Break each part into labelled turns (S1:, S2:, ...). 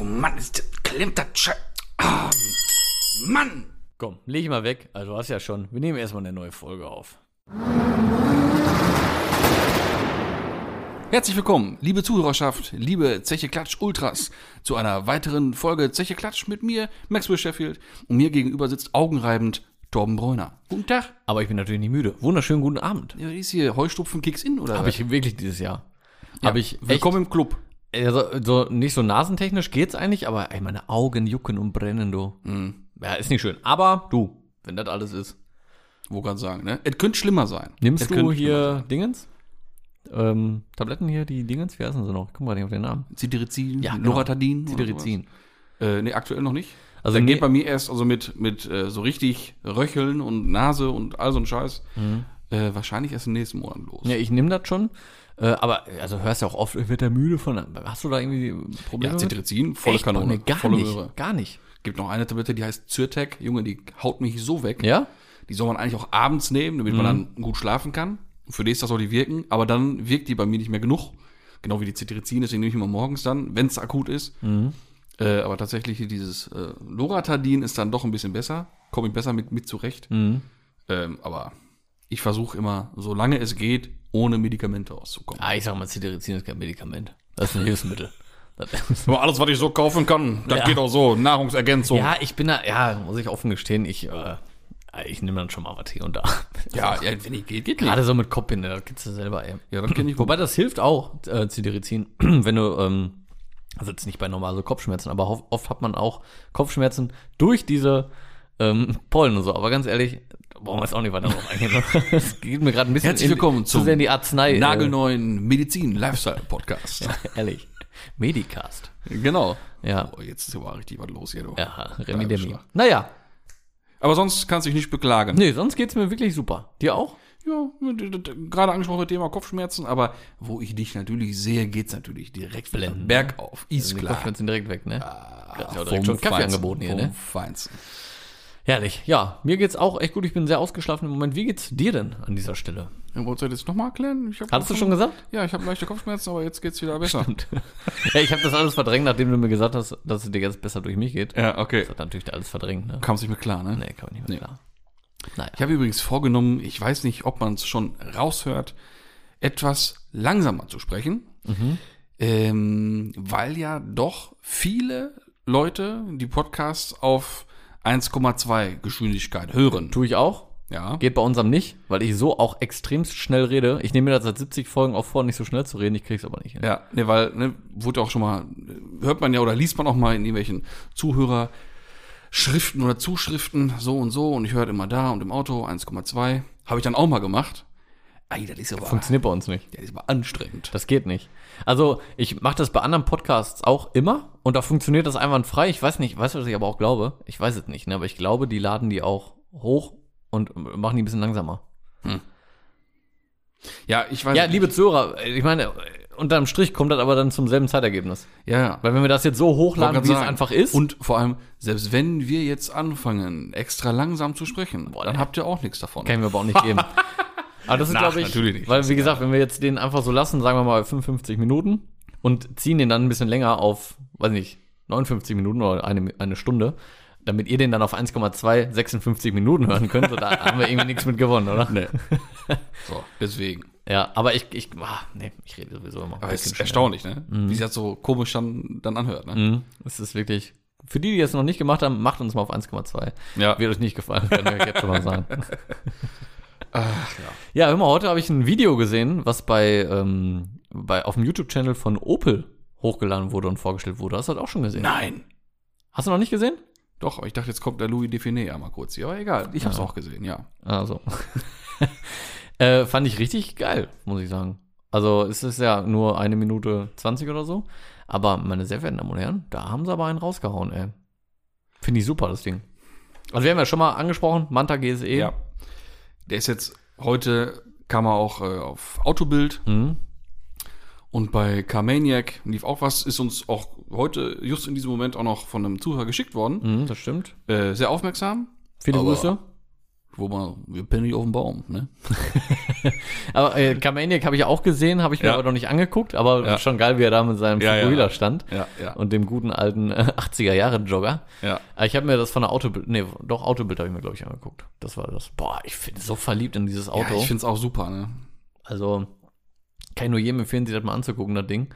S1: Oh Mann, ist das, klemmt das Sche Ah, Mann!
S2: Komm, leg ich mal weg. Also, du hast ja schon. Wir nehmen erstmal eine neue Folge auf.
S1: Herzlich willkommen, liebe Zuhörerschaft, liebe Zeche Klatsch Ultras, zu einer weiteren Folge Zeche Klatsch mit mir, Maxwell Sheffield. Und mir gegenüber sitzt augenreibend Torben Bräuner. Guten Tag.
S2: Aber ich bin natürlich nicht müde. Wunderschönen guten Abend.
S1: Ja, ist hier Heustupfen Kicks in oder?
S2: Habe
S1: was?
S2: ich wirklich dieses Jahr.
S1: Ja,
S2: Habe ich.
S1: Willkommen im Club.
S2: Echt, also, so, nicht so nasentechnisch geht's eigentlich, aber ey, meine Augen jucken und brennen, du. Ja, ist nicht schön. Aber du, wenn das alles ist.
S1: Wo gerade sagen, ne? Es könnte schlimmer sein.
S2: Nimmst
S1: Es
S2: du
S1: könnte schlimmer
S2: hier Dingens? Ähm, Tabletten hier, die Dingens? Wie heißen sie noch? Ich komme gerade nicht auf den Namen.
S1: sein. Cetirizin,
S2: Ja, genau.
S1: Loratadin. oder
S2: Siderizin.
S1: sowas. Äh, nee, aktuell noch nicht.
S2: Also,
S1: Dann geht
S2: nee,
S1: bei mir erst also mit, mit äh, so richtig Röcheln und Nase und all so ein Scheiß.
S2: Mhm.
S1: Äh, wahrscheinlich erst im nächsten Monat los.
S2: ja, ich nehme das schon. Äh, aber also hörst ja auch oft, ich werde da müde von. Hast du da irgendwie
S1: Ja,
S2: Probleme? mit?
S1: Cetirizin, volle
S2: Echt?
S1: Kanone,
S2: Bei mir gar
S1: volle
S2: nicht,
S1: Möhre.
S2: Gar nicht.
S1: Gibt noch eine Tablette, die heißt Zyrtec. Junge, die haut mich so weg.
S2: Ja?
S1: Die soll man eigentlich auch abends nehmen, damit man dann gut schlafen kann. Und für die ist das soll die wirken, aber dann wirkt die bei mir nicht mehr genug. Genau wie die Cetirizin, deswegen nehme ich immer morgens dann, wenn es akut ist. Äh, aber tatsächlich hier dieses äh, Loratadin ist dann doch ein bisschen besser. Komme ich besser mit, mit zurecht. Ähm, aber ich versuche immer, solange es geht, ohne Medikamente auszukommen.
S2: Ah, ich sag mal, Cetirizin ist kein Medikament. Das ist ein Hilfsmittel. Das-
S1: Aber alles, was ich so kaufen kann, das
S2: Ja.
S1: auch so. Nahrungsergänzung. Ja,
S2: ja, ich bin da, ja, muss ich offen gestehen, ich, äh, ich nehme dann schon mal was hier und da.
S1: ja, wenn ich geht, geht nicht.
S2: Gerade so mit Kopfbinde, das kennst du selber, ey.
S1: Ja, das kenne ich.
S2: Wobei das hilft auch, äh, Cetirizin, wenn du, ähm, also jetzt nicht bei normalen so Kopfschmerzen, aber hof- oft hat man auch Kopfschmerzen durch diese ähm, Pollen und so. Aber ganz ehrlich, brauchen wir jetzt auch nicht weiter drauf eingehen. ne? Es geht mir gerade ein bisschen
S1: Herzlich willkommen
S2: in, zu sehr in die Arznei.
S1: nagelneuen Medizin-Lifestyle-Podcast.
S2: Äh, ehrlich. Medicast.
S1: Genau.
S2: Ja.
S1: Oh, jetzt ist aber richtig was los hier, du.
S2: Ja, Remi
S1: Bleibe
S2: Demi.
S1: stark.
S2: Naja,
S1: Aber sonst kannst du dich nicht beklagen.
S2: nee, sonst geht's mir wirklich super. Dir auch?
S1: Ja, d- d- d- gerade angesprochene Thema Kopfschmerzen, aber wo ich dich natürlich sehe, geht's natürlich direkt
S2: Blenden. ne? Also
S1: bergauf. Ist
S2: Die
S1: klar.
S2: Kopfschmerzen direkt weg, ne?
S1: Ah,
S2: ja auch direkt schon Kaffee angeboten hier,
S1: vom
S2: ne?
S1: Feinsten.
S2: Herrlich. Ja, mir geht's auch echt gut. Ich bin sehr ausgeschlafen im Moment. Wie geht's dir denn an dieser Stelle?
S1: Ja, Wolltest du das nochmal erklären? Ich hab
S2: Hattest du schon gesagt?
S1: Ja, ich habe leichte Kopfschmerzen, aber jetzt geht's wieder besser.
S2: ja, ich habe das alles verdrängt, nachdem du mir gesagt hast, dass es dir jetzt besser durch mich geht.
S1: Ja, okay.
S2: Das hat natürlich alles verdrängt, ne?
S1: Kam's nicht mehr klar, ne?
S2: Nee, kann man nicht mehr klar. Naja.
S1: Ich habe übrigens vorgenommen, ich weiß nicht, ob man es schon raushört, etwas langsamer zu sprechen,
S2: Mhm.
S1: ähm, weil ja doch viele Leute die Podcasts auf 1,2 Geschwindigkeit hören.
S2: Tue ich auch.
S1: Ja,
S2: Geht bei unserem nicht, weil ich so auch extremst schnell rede. Ich nehme mir das seit 70 Folgen auch vor, nicht so schnell zu reden. Ich krieg's aber nicht hin.
S1: ja, ne, weil ne, wurde auch schon mal hört man ja oder liest man auch mal in irgendwelchen Zuhörer Schriften oder Zuschriften so und so und ich höre immer da und im Auto 1,2 habe ich dann auch mal gemacht. Ey, das ist aber,
S2: Funktioniert bei uns nicht.
S1: das ist aber anstrengend.
S2: Das geht nicht. Also, ich mache das bei anderen Podcasts auch immer und da funktioniert das einwandfrei. Ich weiß nicht, weißt du, was ich aber auch glaube? Ich weiß es nicht, ne? aber ich glaube, die laden die auch hoch und machen die ein bisschen langsamer.
S1: Ja, ich weiß
S2: Ja,
S1: nicht.
S2: liebe Zuhörer, ich meine, unterm Strich kommt das aber dann zum selben Zeitergebnis.
S1: Ja, ja.
S2: Weil wenn wir das jetzt so hochladen,
S1: Wollte
S2: wie
S1: grad
S2: es
S1: sagen.
S2: einfach ist,
S1: Und vor allem, selbst wenn wir jetzt anfangen, extra langsam zu sprechen, dann habt ihr auch nichts davon.
S2: kann ich mir aber auch nicht geben. Aber das ist,
S1: Na,
S2: glaube ich,
S1: natürlich nicht.
S2: weil, wie gesagt, wenn wir jetzt den einfach so lassen, sagen wir mal 55 Minuten und ziehen den dann ein bisschen länger auf, weiß nicht, 59 Minuten oder eine, eine Stunde, damit ihr den dann auf 1,2 56 Minuten hören könnt, so, da haben wir irgendwie nichts mit gewonnen, oder?
S1: Nee. so, deswegen.
S2: Ja, aber ich, ich, ah, nee, ich rede sowieso immer. ein
S1: Aber es
S2: bisschen Mhm.
S1: ist
S2: schneller.
S1: erstaunlich, ne? Wie sich das so komisch dann, dann anhört, ne?
S2: Mhm. Es ist wirklich, für die, die das noch nicht gemacht haben, macht uns mal auf 1,2.
S1: Ja.
S2: Wird euch nicht gefallen, kann ich euch jetzt schon mal sagen. ja. hör mal, heute habe ich ein Video gesehen, was bei, ähm, bei auf dem YouTube-Channel von Opel hochgeladen wurde und vorgestellt wurde. Hast du das auch schon gesehen?
S1: Nein.
S2: Hast du noch nicht gesehen?
S1: Doch, aber ich dachte, jetzt kommt der Louis Define einmal kurz hier. Aber egal, ich hab's
S2: Ja.
S1: auch gesehen, ja.
S2: Also. äh, fand ich richtig geil, muss ich sagen. Also es ist ja nur eine Minute 20 oder so. Aber meine sehr verehrten Damen und Herren, da haben sie aber einen rausgehauen, ey. Finde ich super, das Ding. Also wir haben ja schon mal angesprochen, Manta E. GSE.
S1: Ja. Der ist jetzt heute, kam er auch äh, auf Autobild
S2: Mhm.
S1: und bei Carmaniac lief auch was, ist uns auch heute, just in diesem Moment, auch noch von einem Zuhörer geschickt worden.
S2: Mhm, das stimmt.
S1: Äh, sehr aufmerksam.
S2: Viele
S1: Aber-
S2: Grüße.
S1: Wo man, wir pennen nicht auf dem Baum, ne?
S2: Aber äh, Kameniak habe ich auch gesehen, habe ich mir
S1: Ja.
S2: aber noch nicht angeguckt, aber
S1: Ja.
S2: schon geil, wie er da mit seinem
S1: Ja, ja.
S2: Fukuhila stand
S1: Ja, ja.
S2: und dem guten alten äh, 80er-Jahre-Jogger.
S1: ja.
S2: Aber Äh, Ich habe mir das von der Autobild, nee, doch Autobild habe ich mir, glaube ich, angeguckt. Das war das. Boah, ich bin so verliebt in dieses Auto.
S1: ja ich finde es auch super, ne?
S2: also kann ich nur jedem empfehlen, sich das mal anzugucken, das Ding.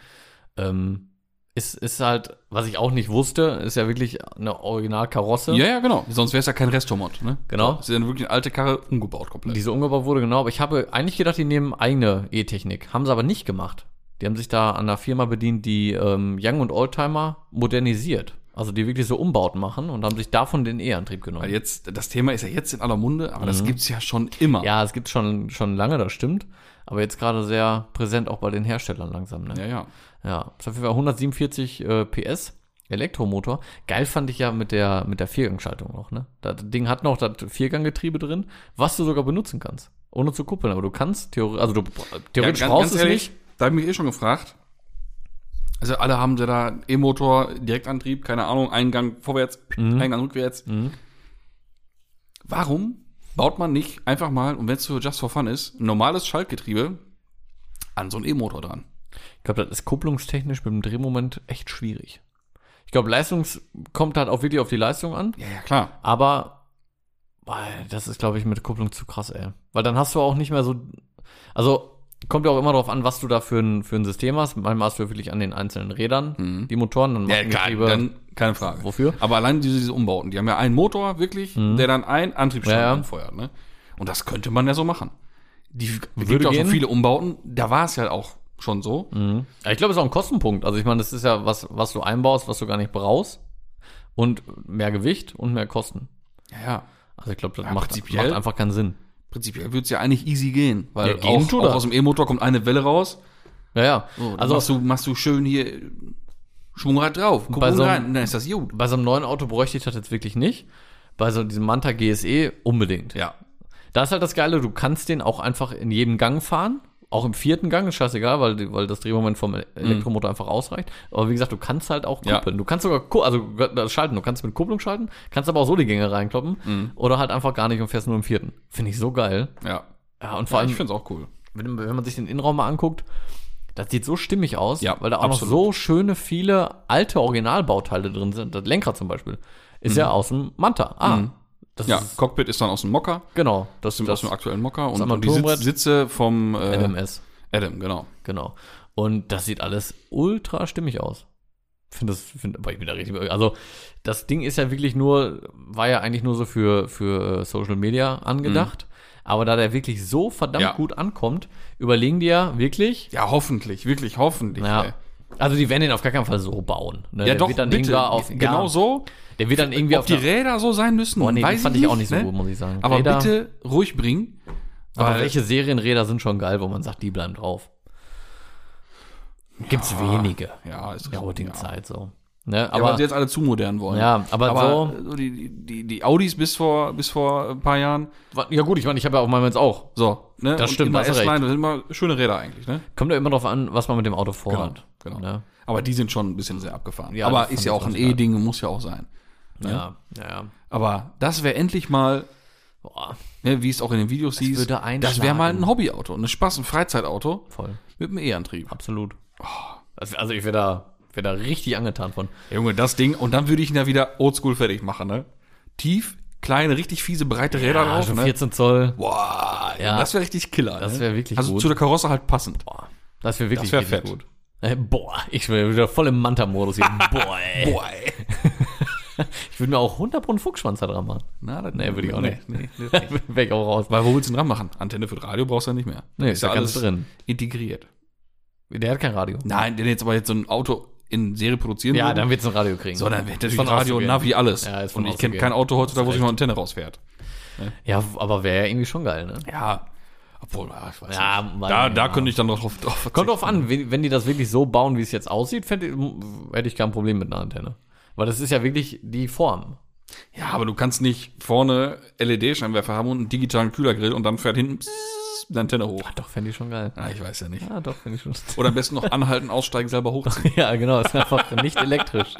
S2: Ähm, ist, ist halt, was ich auch nicht wusste, ist ja wirklich eine Originalkarosse.
S1: Ja, ja, genau. Sonst wäre es ja kein Restomod, ne?
S2: Genau.
S1: Es ist ja wirklich eine alte Karre umgebaut komplett.
S2: Diese umgebaut wurde, genau. Aber ich habe eigentlich gedacht, die nehmen eigene E-Technik. Haben sie aber nicht gemacht. Die haben sich da an einer Firma bedient, die ähm, Young und Oldtimer modernisiert. Also die wirklich so Umbauten machen und haben sich davon den E-Antrieb
S1: Weil
S2: genommen.
S1: jetzt, das Thema ist ja jetzt in aller Munde, aber das gibt's ja schon immer.
S2: Mhm. ja, es gibt schon schon lange, das stimmt. Aber jetzt gerade sehr präsent auch bei den Herstellern langsam. Ne?
S1: ja. ja.
S2: Ja, ist auf jeden Fall 147 äh, PS, Elektromotor. Geil fand ich ja mit der, mit der Viergangschaltung noch, ne? Das Ding hat noch das Vierganggetriebe drin, was du sogar benutzen kannst, ohne zu kuppeln. Aber du kannst theoretisch, also du theoretisch
S1: Ja, ganz-
S2: brauchst
S1: ganz
S2: du es
S1: ehrlich,
S2: nicht.
S1: Da habe ich mich eh schon gefragt. Also alle haben ja da E-Motor, Direktantrieb, keine Ahnung, Eingang vorwärts,
S2: Mhm.
S1: Eingang rückwärts. Warum baut man nicht einfach mal, und wenn es so just for fun ist, ein normales Schaltgetriebe an so einen E-Motor dran?
S2: Ich glaube, das ist kupplungstechnisch mit dem Drehmoment echt schwierig. Ich glaube, Leistungs kommt halt auch wirklich auf die Leistung an,
S1: Ja, ja, klar.
S2: aber boah, das ist, glaube ich, mit Kupplung zu krass, ey. Weil dann hast du auch nicht mehr so. Also. Kommt ja auch immer darauf an, was du da für ein, für ein System hast. Manchmal hast du wirklich an den einzelnen Rädern die Motoren, dann Markengetriebe.
S1: Mhm. dann keine Frage.
S2: Wofür? Mhm.
S1: Aber allein diese, diese Umbauten, die haben ja einen Motor wirklich, der dann einen Antriebsstrang
S2: Ja, ja.
S1: anfeuert. Ne? Und das könnte man ja so machen. Die es gibt
S2: Würde
S1: ja auch so
S2: gehen. Mhm.
S1: viele Umbauten, da war es ja auch schon so.
S2: Ja, ich glaube, es ist auch ein Kostenpunkt. Also ich meine, das ist ja was, was du einbaust, was du gar nicht brauchst. Und mehr Gewicht und mehr Kosten.
S1: Ja, ja.
S2: Also ich glaube, das
S1: Ja,
S2: macht,
S1: prinzipiell.
S2: macht einfach keinen Sinn.
S1: prinzipiell würde es ja eigentlich easy gehen, weil
S2: Ja, gehen
S1: auch,
S2: tut
S1: auch
S2: er.
S1: aus dem E-Motor kommt eine Welle raus.
S2: Ja, ja.
S1: So, also
S2: also
S1: machst du, machst du schön hier Schwungrad drauf, guck
S2: Bei so einem-
S1: rein, dann ist das gut.
S2: bei so einem neuen Auto bräuchte ich das jetzt wirklich nicht. Bei so diesem Manta GSE unbedingt.
S1: Ja,
S2: Da ist halt das Geile, du kannst den auch einfach in jedem Gang fahren. Auch im vierten Gang, ist scheißegal, weil, die- weil das Drehmoment vom Elektromotor einfach ausreicht. Aber wie gesagt, du kannst halt auch
S1: Ja.
S2: kuppeln. Du kannst sogar, ku- also das schalten, du kannst mit Kupplung schalten, kannst aber auch so die Gänge reinkloppen.
S1: Mhm.
S2: Oder halt einfach gar nicht und fährst nur im vierten. Finde ich so geil.
S1: ja.
S2: Ja, und vor
S1: ich
S2: allem,
S1: finde es auch cool.
S2: wenn, wenn man sich den Innenraum mal anguckt, das sieht so stimmig aus,
S1: Ja,
S2: weil da auch
S1: absolut.
S2: noch so schöne, viele alte Originalbauteile drin sind. Das Lenkrad zum Beispiel ist ja aus dem Manta. Ah, das
S1: Mhm. Ja,
S2: ist,
S1: Cockpit ist dann aus dem Mocker,
S2: genau, das,
S1: aus dem
S2: das
S1: aktuellen Mocker und,
S2: am
S1: und die Sitz,
S2: Turmbrett.
S1: Sitze vom äh, Adam.
S2: MMS.
S1: genau.
S2: Genau. Und das sieht alles ultra stimmig aus. Finde das, finde, aber ich bin da richtig, also das Ding ist ja wirklich nur, war ja eigentlich nur so für, für äh, Social Media angedacht. Aber da der wirklich so verdammt
S1: Mhm. Ja.
S2: gut ankommt, überlegen die ja wirklich,
S1: Ja, hoffentlich, wirklich hoffentlich. ey.
S2: ja, also die werden den auf gar keinen Fall so bauen. Ne?
S1: ja
S2: der
S1: doch,
S2: wird dann
S1: bitte.
S2: irgendwann auf,
S1: genau
S2: ja,
S1: so.
S2: Der wird dann irgendwie
S1: Ob
S2: auf
S1: die
S2: einer-
S1: Räder so sein müssen,
S2: Oh nee, den fand ich auch nicht so
S1: ne?
S2: gut, muss ich sagen.
S1: Aber
S2: Räder-
S1: bitte ruhig bringen.
S2: Aber
S1: weil-
S2: welche Serienräder sind schon geil, wo man sagt, die bleiben drauf? Gibt's
S1: Ah.
S2: wenige.
S1: Ja, ist
S2: in der heutigen
S1: ja.
S2: Zeit so. Ne?
S1: Aber, ja, weil
S2: oh, Aber
S1: sie jetzt alle zu modern wollen. äh,
S2: Ja, aber
S1: so die, die- die, die Audis bis vor, bis vor ein paar Jahren.
S2: Wa- Ja gut, ich meine, ich habe ja auch meinen jetzt auch.
S1: So, ne?
S2: Das stimmt,
S1: immer
S2: hast du
S1: S-Line, das sind immer schöne Räder eigentlich, ne?
S2: Kommt ja immer darauf an, was man mit dem Auto vorhat.
S1: Genau,
S2: Ne?
S1: Aber die sind schon ein bisschen sehr abgefahren.
S2: Ja, das
S1: aber
S2: fand
S1: ist ja
S2: ich
S1: auch ein
S2: total.
S1: E-Ding, muss ja auch sein.
S2: Ja, ja, ja.
S1: Aber das wäre endlich mal,
S2: Boah,
S1: ne, wie es auch in den Videos hieß,
S2: würde
S1: das wäre
S2: einschlagen.
S1: mal ein Hobbyauto, ein Spaß- und Freizeitauto
S2: voll.
S1: mit einem E-Antrieb.
S2: Absolut. Das- Also ich wäre da, wär da richtig angetan von.
S1: Junge, das Ding, und dann würde ich ihn ja wieder oldschool fertig machen, ne? Tief, kleine, richtig fiese, breite Räder
S2: Ah,
S1: drauf,
S2: schon
S1: ne?
S2: 14 Zoll.
S1: Boah,
S2: Ja.
S1: das wäre richtig Killer.
S2: Das
S1: ne?
S2: wäre wirklich
S1: also
S2: gut.
S1: zu der Karosse halt passend.
S2: Boah, das wäre wirklich
S1: Das wär
S2: richtig
S1: fett.
S2: gut. Äh, Boah, ich wäre wieder voll im Manta-Modus hier. Boah, ey.
S1: Boah, ey.
S2: Ich würde mir auch 100 Brunnen Fuchsschwanz da dran machen.
S1: Na, das
S2: Nee, würde ich auch nicht.
S1: Nee, nee, nee.
S2: Wäre ich auch raus.
S1: Weil wo willst du denn dran machen? Antenne für das Radio brauchst du ja nicht mehr.
S2: Nee, ist ja ganz drin.
S1: integriert.
S2: Der hat kein Radio.
S1: Nein, wenn jetzt aber jetzt so ein Auto in Serie produzieren
S2: Ja,
S1: würden,
S2: dann wird es ein Radio kriegen.
S1: so, dann wäre natürlich
S2: Von
S1: Radio,
S2: auszugehen.
S1: Navi, alles.
S2: Ja, ist von
S1: und ich kenne
S2: auszugehen.
S1: kein Auto heutzutage, wo sich
S2: Hast
S1: noch eine Antenne rausfährt.
S2: Ja, aber wäre ja irgendwie schon geil, ne?
S1: Ja, obwohl, ah, ich weiß
S2: Ja,
S1: nicht.
S2: Mann,
S1: da,
S2: ja.
S1: da könnte ich dann drauf, drauf
S2: Kommt
S1: verzichten.
S2: drauf an, wenn, wenn die das wirklich so bauen, wie es jetzt aussieht, fänd ich, hätte ich kein Problem mit einer Antenne. Weil das ist ja wirklich die Form.
S1: Ja, aber du kannst nicht vorne LED-Scheinwerfer haben und einen digitalen Kühlergrill und dann fährt hinten pssst, eine Antenne hoch.
S2: Doch, fände ich schon geil.
S1: Ah, ich weiß ja nicht.
S2: Ja, doch, fände ich schon.
S1: Oder am besten noch anhalten, aussteigen, selber hochziehen.
S2: ja, genau, ist einfach nicht elektrisch.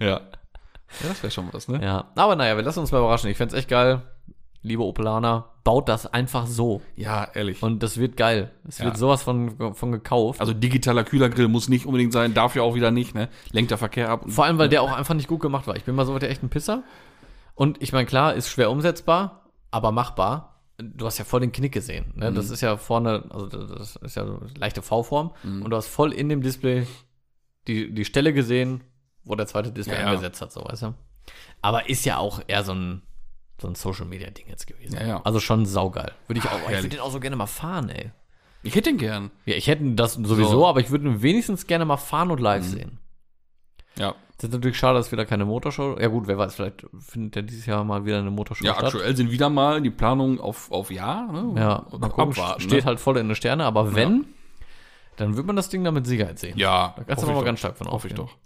S1: ja. Ja, das wäre schon was, ne?
S2: Ja. Aber naja, wir lassen uns mal überraschen. Ich fände es echt geil. liebe Opelaner, baut das einfach so.
S1: Ja, ehrlich.
S2: Und das wird geil. Es
S1: Ja.
S2: wird sowas von, von gekauft.
S1: also digitaler Kühlergrill muss nicht unbedingt sein, darf ja auch wieder nicht, ne? Lenkt der Verkehr ab.
S2: Vor allem, weil der auch einfach nicht gut gemacht war. Ich bin mal so der echten Pisser. Und ich meine, klar, ist schwer umsetzbar, aber machbar. Du hast ja voll den Knick gesehen. Ne?
S1: Mhm.
S2: Das ist ja vorne, also das ist ja so eine leichte V-Form.
S1: Mhm.
S2: Und du hast voll in dem Display die, die Stelle gesehen, wo der zweite Display
S1: Ja, ja.
S2: angesetzt hat, so weißt du. Aber ist ja auch eher so ein, so ein Social-Media-Ding jetzt gewesen.
S1: Ja, ja.
S2: Also schon saugeil. Würde ich auch, ich würde
S1: herrlich.
S2: den auch so gerne mal fahren, ey.
S1: Ich hätte ihn gern.
S2: Ja, ich hätte das sowieso,
S1: So. Mhm.
S2: aber ich würde ihn wenigstens gerne mal fahren und live sehen.
S1: Ja.
S2: Es ist natürlich schade, dass wieder keine Motorshow. Ja gut, wer weiß, vielleicht findet ja dieses Jahr mal wieder eine Motorshow
S1: Ja,
S2: statt.
S1: aktuell sind wieder mal die Planungen auf, auf Jahr, ne?
S2: Ja, mal gucken,
S1: Abwarten,
S2: steht
S1: ne?
S2: halt voll in den Sterne, aber wenn, dann wird man das Ding dann mit Sicherheit sehen.
S1: Ja,
S2: da
S1: hoffe
S2: kannst du
S1: ich
S2: nochmal
S1: doch.
S2: ganz stark von
S1: Hoffe ich
S2: ausgehen.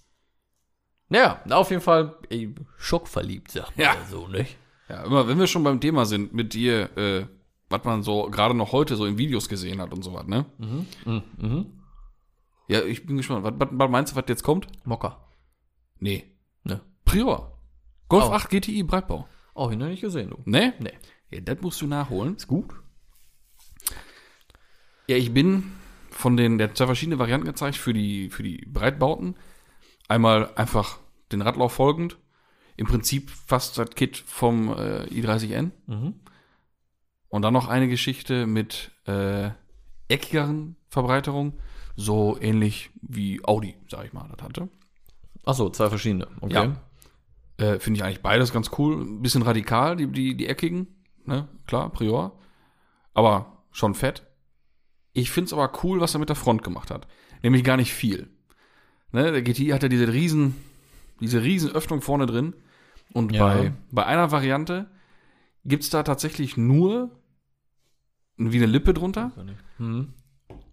S1: doch.
S2: Ja, auf jeden Fall ey, schockverliebt, sagt man ja.
S1: Ja.
S2: so, nicht?
S1: Ja, immer, wenn wir schon beim Thema sind, mit dir, äh, was man so gerade noch heute so in Videos gesehen hat und so was, ne? Mhm. Ja, ich bin gespannt. Was, was, was meinst du, was jetzt kommt?
S2: Mocker.
S1: Nee.
S2: Ne.
S1: Prior. Golf
S2: Oh.
S1: 8 GTI Breitbau.
S2: Auch ihn noch nicht gesehen, du.
S1: Ne?
S2: Nee.
S1: Ja, das musst du nachholen.
S2: Ist gut.
S1: Ja, ich bin von den, der hat zwei verschiedene Varianten gezeigt für die, für die Breitbauten. Einmal einfach den Radlauf folgend. Im Prinzip fast das Kit vom äh, i30N.
S2: Mhm.
S1: Und dann noch eine Geschichte mit äh, eckigeren Verbreiterungen. So ähnlich wie Audi, sag ich mal, das hatte.
S2: Achso, zwei verschiedene. Okay.
S1: Ja. Äh, Finde ich eigentlich beides ganz cool. Ein bisschen radikal, die, die, die eckigen. Ne? Klar, Prior. Aber schon fett. Ich finde es aber cool, was er mit der Front gemacht hat. Nämlich gar nicht viel. Ne? Der GTI hat ja diese riesen, diese riesen Öffnung vorne drin. Und
S2: Ja.
S1: bei, bei einer Variante gibt es da tatsächlich nur wie eine Lippe drunter.
S2: Mhm.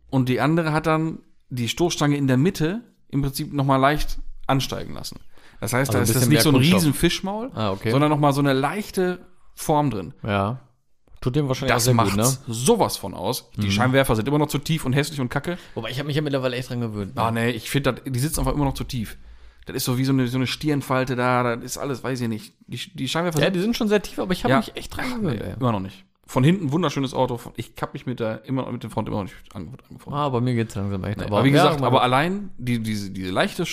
S1: Und die andere hat dann die Stoßstange in der Mitte im Prinzip nochmal leicht ansteigen lassen. Das heißt,
S2: Also ein
S1: da ist das
S2: bisschen
S1: nicht so ein
S2: mehr Kunststoff.
S1: riesen Fischmaul,
S2: Ah, okay.
S1: sondern nochmal so eine leichte Form drin.
S2: Ja. ne? Tut dem wahrscheinlich
S1: Das macht's sowas von aus.
S2: Mhm.
S1: Die Scheinwerfer sind immer noch zu tief und hässlich und kacke.
S2: Wobei, ich habe mich ja mittlerweile echt dran gewöhnt.
S1: Ah, nee, ich finde, das- die sitzen einfach immer noch zu tief. Das ist so wie so eine, so eine Stirnfalte da, das ist alles, weiß ich nicht. Die, die Scheinwerfer
S2: Ja, die sind schon sehr tief, aber ich habe
S1: Ja.
S2: mich echt dran gewöhnt, ey.
S1: immer noch nicht. Von hinten wunderschönes Auto. Von- Ich hab mich mit der immer mit dem Front immer noch nicht ange- angefunden.
S2: Ah, bei mir geht's langsam echt.
S1: Aber, wie
S2: ja,
S1: gesagt,
S2: man-
S1: aber allein die, diese, diese leichte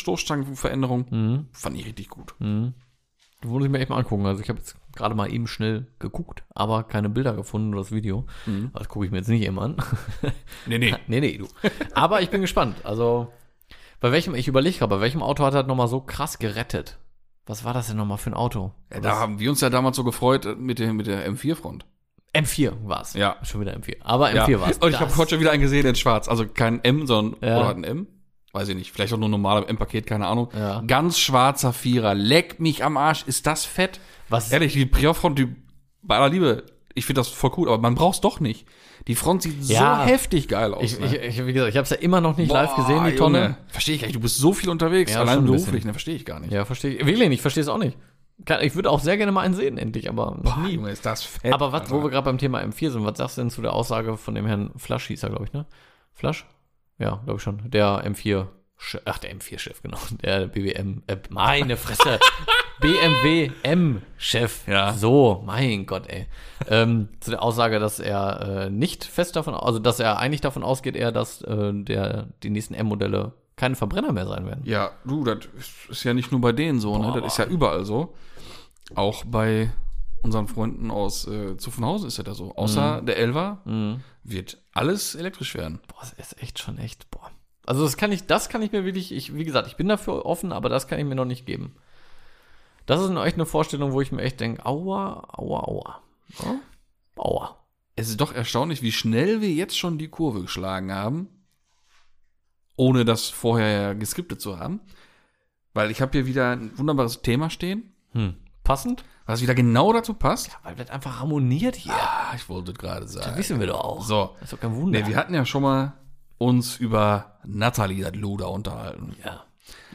S1: Stoßstangenveränderung
S2: Mhm.
S1: fand ich richtig gut.
S2: Die muss ich mir echt mal angucken. Also ich habe jetzt gerade mal eben schnell geguckt, aber keine Bilder gefunden oder das Video. Aber Das gucke ich mir jetzt nicht eben an.
S1: Nee, Mhm. nee.
S2: nee, nee, du. Aber ich bin gespannt. Also, bei welchem, ich überlege gerade, bei welchem Auto hat er nochmal so krass gerettet? Was war das denn nochmal für ein Auto?
S1: Ja, da haben wir uns ja damals so gefreut äh, mit der, mit der M4-Front.
S2: M4 war's.
S1: Ja.
S2: Schon wieder M4. Aber
S1: Ja.
S2: M4 war's.
S1: Und ich
S2: Das-
S1: habe heute schon wieder einen gesehen in schwarz. Also kein M, sondern
S2: Ja.
S1: oder ein M. Weiß ich nicht. Vielleicht auch nur ein normaler M-Paket, keine Ahnung.
S2: Ja.
S1: Ganz schwarzer Vierer. Leck mich am Arsch. Ist das fett?
S2: Was-
S1: Ehrlich, die Prior-Front, die, bei aller Liebe, ich finde das voll cool, aber man braucht's doch nicht. Die Front sieht
S2: Ja.
S1: so heftig geil aus.
S2: Ich,
S1: ne?
S2: ich, ich, wie gesagt, ich habe es ja immer noch nicht live
S1: Boah,
S2: gesehen, die Tonne.
S1: Junge. Verstehe ich gar nicht. Du bist so viel unterwegs,
S2: Ja, schon
S1: allein
S2: ein
S1: beruflich,
S2: bisschen.
S1: ne? Verstehe ich gar nicht.
S2: Ja, verstehe ich. Wirklich nicht, verstehe es auch nicht. Kann- Ich würde auch sehr gerne mal einen sehen, endlich, aber noch nie.
S1: Junge, ist das fett.
S2: Aber was, wo
S1: Alter.
S2: wir gerade beim Thema M4 sind, was sagst du denn zu der Aussage von dem Herrn Flasch hieß er, glaube ich, ne? Flasch? Ja, glaube ich schon. Der M4, -Che- ach, der M4-Chef, genau. Der BBM, äh, meine Fresse. BMW M-Chef.
S1: Ja.
S2: So, mein Gott, ey. Ähm, zu der Aussage, dass er äh, nicht fest davon, also dass er eigentlich davon ausgeht, eher, dass äh, der, die nächsten M-Modelle keine Verbrenner mehr sein werden.
S1: Ja, du, das ist- ist ja nicht nur bei denen so, ne? Das ist ja überall so. Auch bei unseren Freunden aus äh, Zuffenhausen ist das ja so. Außer
S2: Mhm.
S1: der Elva wird alles elektrisch werden.
S2: Boah, das ist echt schon echt, boah. Also das kann ich, das kann ich mir wirklich, ich, wie gesagt, ich bin dafür offen, aber das kann ich mir noch nicht geben. Das ist echt eine Vorstellung, wo ich mir echt denke, aua, aua, aua. Ja? Aua.
S1: Es ist doch erstaunlich, wie schnell wir jetzt schon die Kurve geschlagen haben, ohne das vorher geskriptet zu haben. Weil ich habe hier wieder ein wunderbares Thema stehen,
S2: Hm. Passend?
S1: was wieder genau dazu passt.
S2: Weil das einfach harmoniert hier.
S1: Ah, ich wollte es gerade
S2: Das
S1: sagen.
S2: wissen wir doch auch.
S1: So,
S2: Das ist doch kein Wunder.
S1: ne, wir hatten ja schon mal uns über Nathalie das Luder unterhalten.
S2: ja.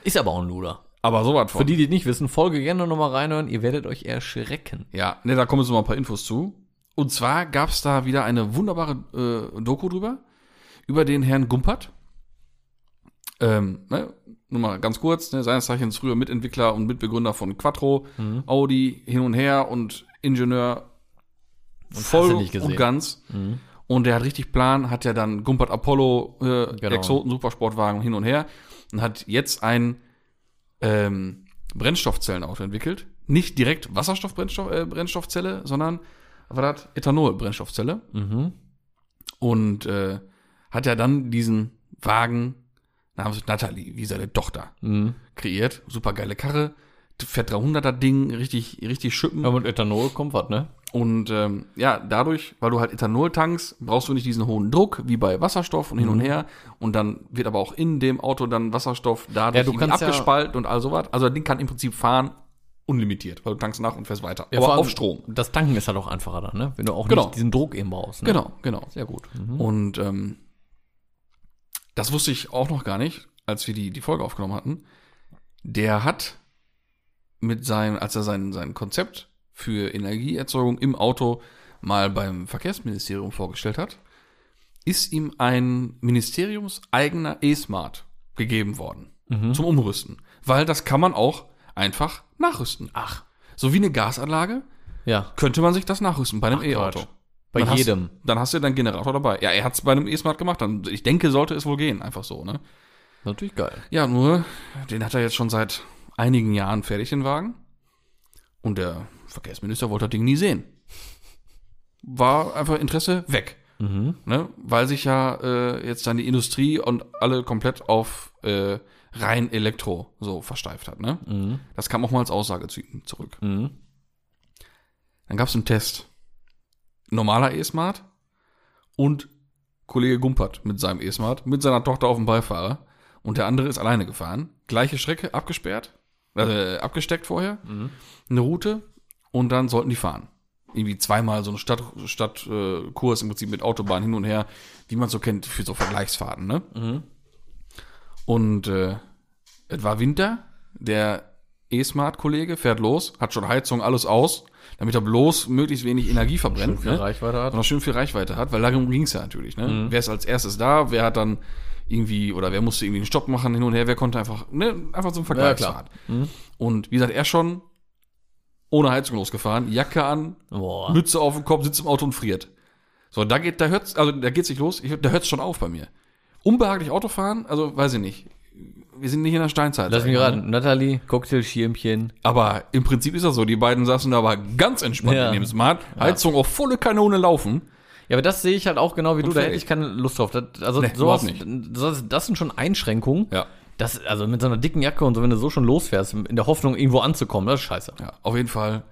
S2: Ist aber auch ein Luder.
S1: Aber so was
S2: Für
S1: von.
S2: die, die es nicht wissen, Folge gerne nochmal reinhören, ihr werdet euch erschrecken.
S1: Ja, ne, da kommen jetzt noch mal ein paar Infos zu. Und zwar gab's da wieder eine wunderbare äh, Doku drüber, über den Herrn Gumpert. Ähm, ne, nur mal ganz kurz, ne, seines Zeichens früher
S2: Mhm.
S1: Mitentwickler und Mitbegründer von Quattro, Audi hin und her und Ingenieur
S2: hast
S1: voll
S2: du nicht gesehen.
S1: und ganz.
S2: Mhm.
S1: Und der hat richtig Plan, hat ja dann Gumpert Apollo, äh,
S2: Genau.
S1: Exoten, Supersportwagen hin und her und hat jetzt ein ähm, Brennstoffzellenauto entwickelt. Nicht direkt Wasserstoff-Brennstoffzelle, äh, Brennstoffzelle, sondern war das Ethanol-Brennstoffzelle.
S2: Mhm.
S1: Und äh, hat ja dann diesen Wagen namens Natalie, wie seine Tochter,
S2: Mhm.
S1: kreiert. Super geile Karre, fährt 300er Ding, richtig, richtig schippen.
S2: Ja, mit Ethanol kommt was, ne?
S1: Und ähm, ja, dadurch, weil du halt Ethanol tankst, brauchst du nicht diesen hohen Druck wie bei Wasserstoff und hin
S2: Mhm.
S1: und her. Und dann wird aber auch in dem Auto dann Wasserstoff dadurch
S2: Ja, du
S1: irgendwie
S2: kannst ja-
S1: abgespalten und all sowas. Also das Ding kann im Prinzip fahren unlimitiert, weil du tankst nach und fährst weiter.
S2: vor
S1: aber
S2: allem
S1: auf Strom.
S2: Das Tanken ist halt auch einfacher dann, ne? Wenn du auch
S1: Genau.
S2: nicht diesen Druck eben brauchst. Ne?
S1: Genau, genau.
S2: Sehr gut. Mhm.
S1: Und ähm, das wusste ich auch noch gar nicht, als wir die, die Folge aufgenommen hatten. Der hat mit seinem, als er sein, sein Konzept für Energieerzeugung im Auto mal beim Verkehrsministerium vorgestellt hat, ist ihm ein ministeriumseigener E-Smart gegeben worden
S2: Mhm.
S1: zum Umrüsten. Weil das kann man auch einfach nachrüsten. Ach. So wie eine Gasanlage
S2: Ja,
S1: könnte man sich das nachrüsten bei einem
S2: Ach,
S1: E-Auto.
S2: Quatsch. bei
S1: Dann
S2: jedem.
S1: Hast, dann hast du deinen Generator dabei. Ja, er hat es bei einem E-Smart gemacht. Dann, ich denke, sollte es wohl gehen. Einfach so, ne?
S2: Natürlich geil.
S1: Ja, nur, den hat er jetzt schon seit einigen Jahren fertig, den Wagen. Und der Verkehrsminister wollte das Ding nie sehen. War einfach Interesse weg.
S2: Mhm.
S1: Ne? Weil sich ja äh, jetzt dann die Industrie und alle komplett auf äh, rein Elektro so versteift hat. Ne?
S2: Mhm.
S1: Das kam auch mal als Aussage zu ihm zurück.
S2: Mhm.
S1: Dann gab es einen Test. Normaler E-Smart und Kollege Gumpert mit seinem E-Smart, mit seiner Tochter auf dem Beifahrer. Und der andere ist alleine gefahren. Gleiche Strecke, abgesperrt, äh, abgesteckt vorher, eine Route. Und dann sollten die fahren. Irgendwie zweimal so ein Stadtkurs Stadt, äh, Kurs im Prinzip mit Autobahn hin und her, wie man so kennt für so Vergleichsfahrten. Ne?
S2: Mhm.
S1: Und äh, es war Winter. Der E-Smart-Kollege fährt los, hat schon Heizung, alles aus, damit er bloß möglichst wenig Energie verbrennt.
S2: Viel
S1: Ne?
S2: Reichweite
S1: Und
S2: hat.
S1: noch schön viel Reichweite hat, weil darum ging es ja natürlich. Ne?
S2: Mhm.
S1: Wer ist als erstes da? Wer hat dann irgendwie oder wer musste irgendwie einen Stopp machen hin und her? Wer konnte einfach, ne? einfach so ein Vergleichsfahrt.
S2: Mhm.
S1: Und wie gesagt, er schon ohne Heizung losgefahren, Jacke an,
S2: Boah.
S1: Mütze auf dem Kopf, sitzt im Auto und friert. So, da geht, da hört's, also da geht's nicht los, ich, da hört's schon auf bei mir. Unbehaglich Autofahren, also weiß ich nicht. Wir sind nicht in der Steinzeit.
S2: Lass
S1: sag ich
S2: mich
S1: mal,
S2: raten. Natalie, Cocktailschirmchen.
S1: Aber im Prinzip ist das so. Die beiden saßen da aber ganz entspannt
S2: Ja.
S1: in dem Smart. Heizung auf volle Kanone laufen.
S2: Ja, aber das sehe ich halt auch genau wie du. Da hätte
S1: fertig.
S2: ich keine Lust drauf. Das, also
S1: Nee,
S2: sowas,
S1: überhaupt
S2: Das, das sind schon Einschränkungen.
S1: Ja.
S2: Das, also mit so einer dicken Jacke und so, wenn du so schon losfährst, in der Hoffnung, irgendwo anzukommen, das ist scheiße.
S1: Ja, auf jeden Fall.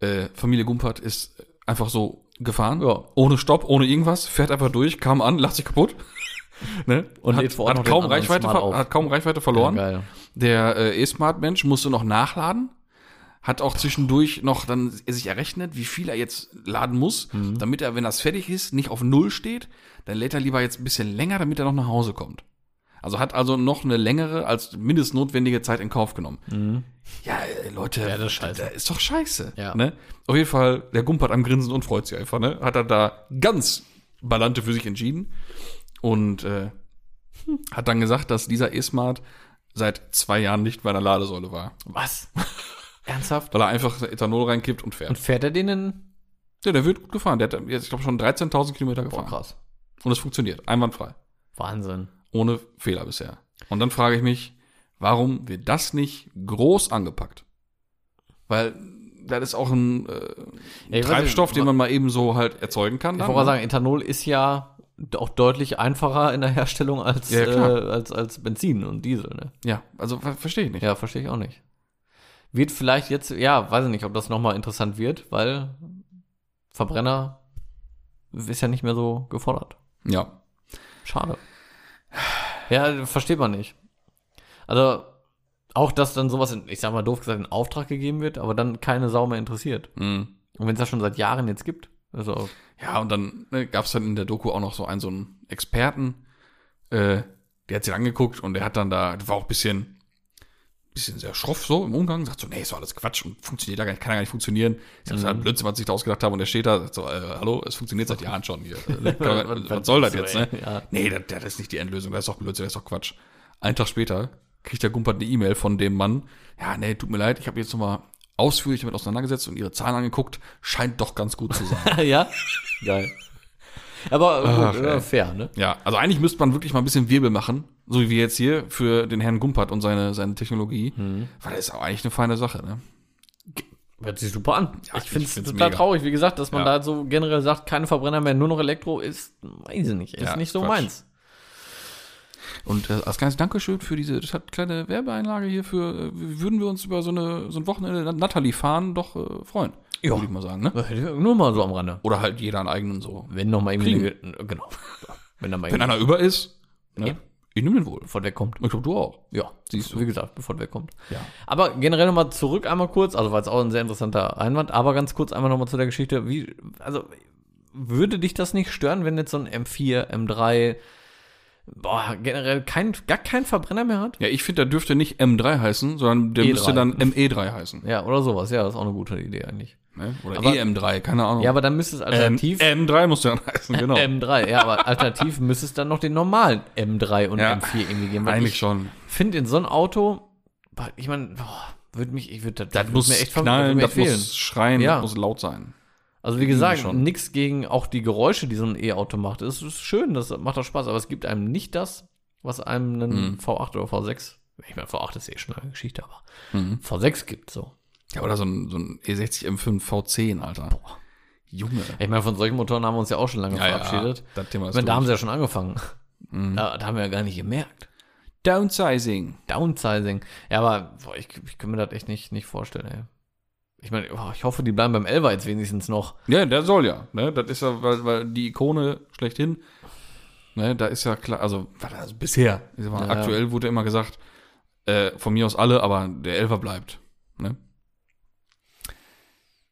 S1: Äh, Familie Gumpert ist einfach so gefahren.
S2: Ja.
S1: Ohne Stopp, ohne irgendwas. Fährt einfach durch, kam an, lacht sich kaputt. ne?
S2: Und
S1: hat,
S2: lädt vor Ort noch
S1: hat,
S2: den
S1: kaum
S2: anderen
S1: Reichweite,
S2: Smart
S1: ver-
S2: auf.
S1: hat kaum Reichweite verloren.
S2: Ja, geil.
S1: Der äh, E-Smart-Mensch musste noch nachladen. Hat auch zwischendurch noch dann sich errechnet, wie viel er jetzt laden muss,
S2: Mhm.
S1: damit er, wenn das fertig ist, nicht auf Null steht. Dann lädt er lieber jetzt ein bisschen länger, damit er noch nach Hause kommt. Also hat also noch eine längere als mindestnotwendige Zeit in Kauf genommen. Ja, äh, Leute,
S2: Mhm. Ja, das ist scheiße.
S1: da ist doch scheiße.
S2: Ja.
S1: Ne? Auf jeden Fall, der Gumpert am Grinsen und freut sich einfach. Ne? Hat er da ganz Ballante für sich entschieden und äh, hat dann gesagt, dass dieser E-Smart seit zwei Jahren nicht bei einer Ladesäule war.
S2: Was? Ernsthaft?
S1: Weil er einfach Ethanol reinkippt und fährt.
S2: Und fährt er denen?
S1: ja, der wird gut gefahren. Der hat jetzt, ich glaube, schon 13.000 Kilometer gefahren.
S2: krass.
S1: und es funktioniert. Einwandfrei.
S2: Wahnsinn.
S1: Ohne Fehler bisher. Und dann frage ich mich, warum wird das nicht groß angepackt? Weil das ist auch ein äh,
S2: Ja, ich weiß
S1: Treibstoff,
S2: nicht,
S1: den man mal eben so halt erzeugen kann.
S2: Ich
S1: dann,
S2: wollte gerade
S1: ne?
S2: sagen, Ethanol ist ja auch deutlich einfacher in der Herstellung als,
S1: Ja, klar.
S2: äh, als, als Benzin und Diesel. Ne?
S1: Ja, also ver verstehe ich nicht.
S2: Ja, verstehe ich auch nicht. Wird vielleicht jetzt, ja, weiß ich nicht, ob das nochmal interessant wird, weil Verbrenner ist ja nicht mehr so gefordert.
S1: Ja.
S2: Schade. Ja, versteht man nicht. Also, auch dass dann sowas, in, ich sag mal doof gesagt, in Auftrag gegeben wird, aber dann keine Sau mehr interessiert.
S1: Mhm.
S2: Und wenn es das schon seit Jahren jetzt gibt, also,
S1: Ja, und dann ne, gab es dann in der Doku auch noch so einen, so einen Experten, äh, der hat sich angeguckt und der hat dann da, der war auch ein bisschen, bisschen sehr schroff so im Umgang, sagt so, nee, ist doch alles Quatsch und funktioniert da gar nicht, kann ja gar nicht funktionieren. Ist ja total Blödsinn, was ich da ausgedacht habe und der steht da, sagt so, äh, hallo, es funktioniert seit Jahren schon hier. Äh, kann man, was soll das jetzt, ne?
S2: Ja.
S1: Nee, das, das ist nicht die Endlösung, das ist doch Blödsinn, das ist doch Quatsch. Einen Tag später kriegt der Gumpert eine E-Mail von dem Mann. Ja, nee, tut mir leid, ich habe jetzt nochmal ausführlich damit auseinandergesetzt und ihre Zahlen angeguckt, scheint doch ganz gut zu sein.
S2: ja? Geil. Aber
S1: Ach,
S2: gut,
S1: ey.
S2: äh, fair, ne?
S1: Ja, also eigentlich müsste man wirklich mal ein bisschen Wirbel machen, so wie wir jetzt hier für den Herrn Gumpert und seine, seine Technologie,
S2: Mhm.
S1: weil das ist auch eigentlich eine feine Sache, ne?
S2: Hört sich super an. ich
S1: ich
S2: finde es
S1: find's
S2: total
S1: mega.
S2: traurig, wie gesagt, dass man
S1: Ja.
S2: da so generell sagt, keine Verbrenner mehr, nur noch Elektro, ist, weiß ich nicht, ist
S1: Ja,
S2: nicht so
S1: Quatsch.
S2: meins.
S1: Und äh, als kleines Dankeschön für diese das hat kleine Werbeeinlage hierfür, äh, würden wir uns über so, eine, so ein Wochenende Nat- Natalie fahren doch äh, freuen,
S2: Ja.
S1: würde ich mal sagen, ne?
S2: Nur mal so am Rande.
S1: Oder halt jeder einen eigenen so.
S2: Wenn noch mal irgendwie, genau, wenn da mal
S1: Wenn
S2: irgendwie
S1: einer über ist, ne?
S2: Ja.
S1: ich nehme den wohl.
S2: von wegkommt.
S1: Ich glaube, du auch.
S2: Ja, siehst du. Wie gesagt, bevor der kommt.
S1: Ja.
S2: Aber generell nochmal zurück einmal kurz, also war es auch ein sehr interessanter Einwand, aber ganz kurz einmal nochmal zu der Geschichte. Wie, also würde dich das nicht stören, wenn jetzt so ein M4, M3, boah, generell kein, gar keinen Verbrenner mehr hat?
S1: Ja, ich finde, der dürfte nicht M3 heißen, sondern der
S2: E3.
S1: müsste dann ME3 heißen.
S2: Ja, oder sowas, ja, das ist auch eine gute Idee eigentlich.
S1: Ne? Oder
S2: Aber-
S1: EM3, keine Ahnung.
S2: Ja, aber dann müsste es
S1: ähm,
S2: alternativ
S1: M3 muss der dann heißen, genau.
S2: M3, ja, aber alternativ müsste es dann noch den normalen M3 und
S1: Ja,
S2: M4 irgendwie geben. weil
S1: Eigentlich
S2: ich
S1: schon.
S2: finde in so ein Auto, boah, ich meine, würde mich, ich würde das,
S1: muss knallen, das muss schreien,
S2: Ja.
S1: das muss laut sein.
S2: Also wie gesagt,
S1: schon.
S2: nichts gegen auch die Geräusche, die so ein E-Auto macht. Es ist schön, das macht auch Spaß, aber es gibt einem nicht das, was einem einen
S1: Mhm.
S2: V8 oder V6, ich meine V8 ist eh schon eine Geschichte, aber
S1: Mhm.
S2: V6 gibt so.
S1: Ja, oder so ein, so ein E E60 M5 V10, Alter. Boah. Junge.
S2: Ich meine, von solchen Motoren haben wir uns ja auch schon lange verabschiedet.
S1: Das Thema
S2: Ich
S1: ist
S2: meine, da
S1: durch. Mhm.
S2: haben sie ja schon angefangen. Da, da haben wir ja gar nicht gemerkt.
S1: Downsizing.
S2: Downsizing. Ja, aber boah, ich, ich kann mir das echt nicht, nicht vorstellen, ey. Ich meine, boah, ich hoffe, die bleiben beim 11er jetzt wenigstens noch.
S1: Ja, der soll ja. Ne? Das ist ja, weil, weil die Ikone schlechthin, ne, da ist ja klar, also, also bisher, ich sag mal,
S2: Ja.
S1: aktuell wurde immer gesagt, äh, von mir aus alle, aber der Elfer bleibt. Ne?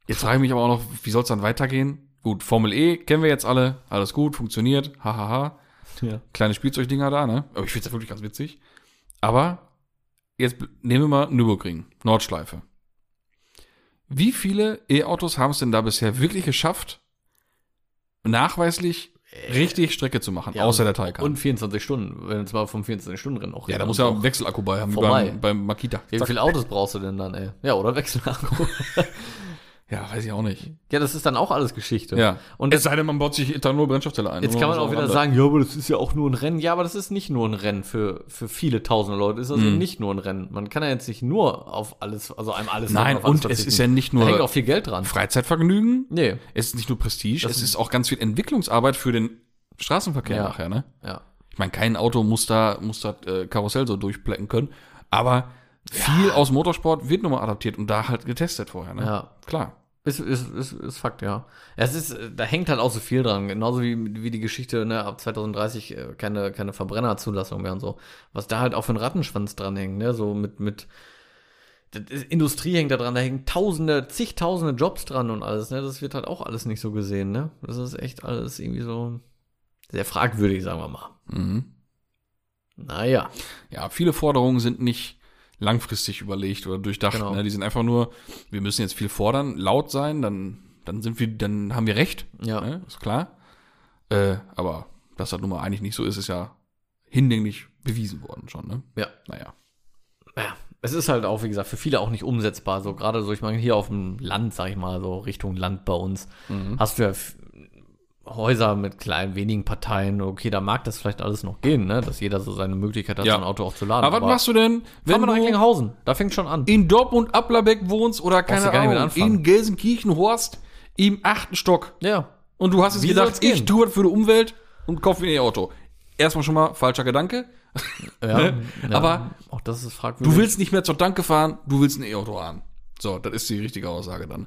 S1: Jetzt frage ich mich aber auch noch, wie soll es dann weitergehen? Gut, Formel E kennen wir jetzt alle, alles gut, funktioniert, hahaha. Ha, ha.
S2: Ja.
S1: kleine Spielzeugdinger da, ne? Aber ich finde das wirklich ganz witzig. Aber jetzt bl- nehmen wir mal Nürburgring, Nordschleife. Wie viele E-Autos haben es denn da bisher wirklich geschafft, nachweislich richtig Strecke zu machen,
S2: ja, also
S1: außer der Taycan?
S2: Und 24 Stunden, wenn es mal vom 24-Stunden-Rennen auch
S1: ja, da
S2: reden,
S1: muss
S2: also
S1: ja auch ein Wechselakku bei haben, wie
S2: vorbei.
S1: beim, beim Makita.
S2: Ja, Wie
S1: Zack.
S2: viele Autos brauchst du denn dann, ey? Ja, oder Wechselakku.
S1: Ja, weiß ich auch nicht.
S2: ja, das ist dann auch alles Geschichte.
S1: Ja.
S2: Und
S1: es sei denn, man baut sich Ethanol-Brennstoffzelle ein.
S2: jetzt
S1: Und
S2: kann man
S1: so
S2: auch wieder
S1: andere.
S2: sagen, ja, aber das ist ja auch nur ein Rennen. Ja, aber das ist nicht nur ein Rennen für, für viele tausende Leute. Ist also
S1: Mhm.
S2: nicht nur ein Rennen. Man kann ja jetzt nicht nur auf alles, also einem alles
S1: Nein,
S2: auf alles
S1: und es
S2: verzichten.
S1: ist ja nicht
S2: Da hängt
S1: nur
S2: auch viel Geld dran.
S1: Freizeitvergnügen,
S2: Nee.
S1: es ist nicht nur Prestige, es ist auch ganz viel Entwicklungsarbeit für den Straßenverkehr
S2: Ja.
S1: nachher, ne?
S2: Ja.
S1: Ich meine, kein Auto muss da, muss das äh, Karussell so durchplecken können, aber viel aus Motorsport wird nochmal adaptiert und da halt getestet vorher, ne?
S2: Ja.
S1: Klar.
S2: Ist, ist, ist, ist Fakt, ja. Es ist, äh, da hängt halt auch so viel dran, genauso wie, wie die Geschichte, ne, ab 2030 äh, keine, keine Verbrennerzulassung mehr und so. Was da halt auch für ein Rattenschwanz dranhängt, ne? So mit, mit das ist, Industrie hängt da dran, da hängen tausende, zigtausende Jobs dran und alles, ne? Das wird halt auch alles nicht so gesehen, ne? Das ist echt alles irgendwie so sehr fragwürdig, sagen wir mal.
S1: Mhm.
S2: Naja.
S1: Ja, viele Forderungen sind nicht langfristig überlegt oder durchdacht,
S2: Genau.
S1: ne? Die sind einfach nur, wir müssen jetzt viel fordern, laut sein, dann, dann sind wir, dann haben wir recht,
S2: Ja.
S1: ne? Ist klar. Äh, aber dass das nun mal eigentlich nicht so ist, ist ja hinlänglich bewiesen worden schon, ne?
S2: Ja.
S1: Naja.
S2: ja, es ist halt auch, wie gesagt, für viele auch nicht umsetzbar. So gerade so, ich meine, hier auf dem Land, sag ich mal, so Richtung Land bei uns,
S1: Mhm.
S2: hast du ja f- Häuser mit kleinen, wenigen Parteien. Okay, da mag das vielleicht alles noch gehen, ne? dass jeder so seine Möglichkeit hat,
S1: Ja.
S2: sein Auto auch zu laden.
S1: Aber, was machst du denn,
S2: wenn
S1: wenn
S2: nach
S1: du
S2: Recklinghausen? Da fängt schon an.
S1: in Dortmund Applerbeck wohnst oder
S2: du
S1: keine
S2: gar nicht mit
S1: Ahnung,
S2: anfangen.
S1: in Gelsenkirchen Horst im achten Stock
S2: Ja.
S1: und du hast es
S2: Wie
S1: gedacht,
S2: soll's gehen?
S1: ich tue das für die Umwelt und kaufe mir ein E-Auto. Erstmal schon mal falscher Gedanke.
S2: ja, ja.
S1: Aber
S2: auch das ist fragwürdig.
S1: Du willst nicht mehr zur Tanke fahren, du willst ein E-Auto haben. So, das ist die richtige Aussage dann.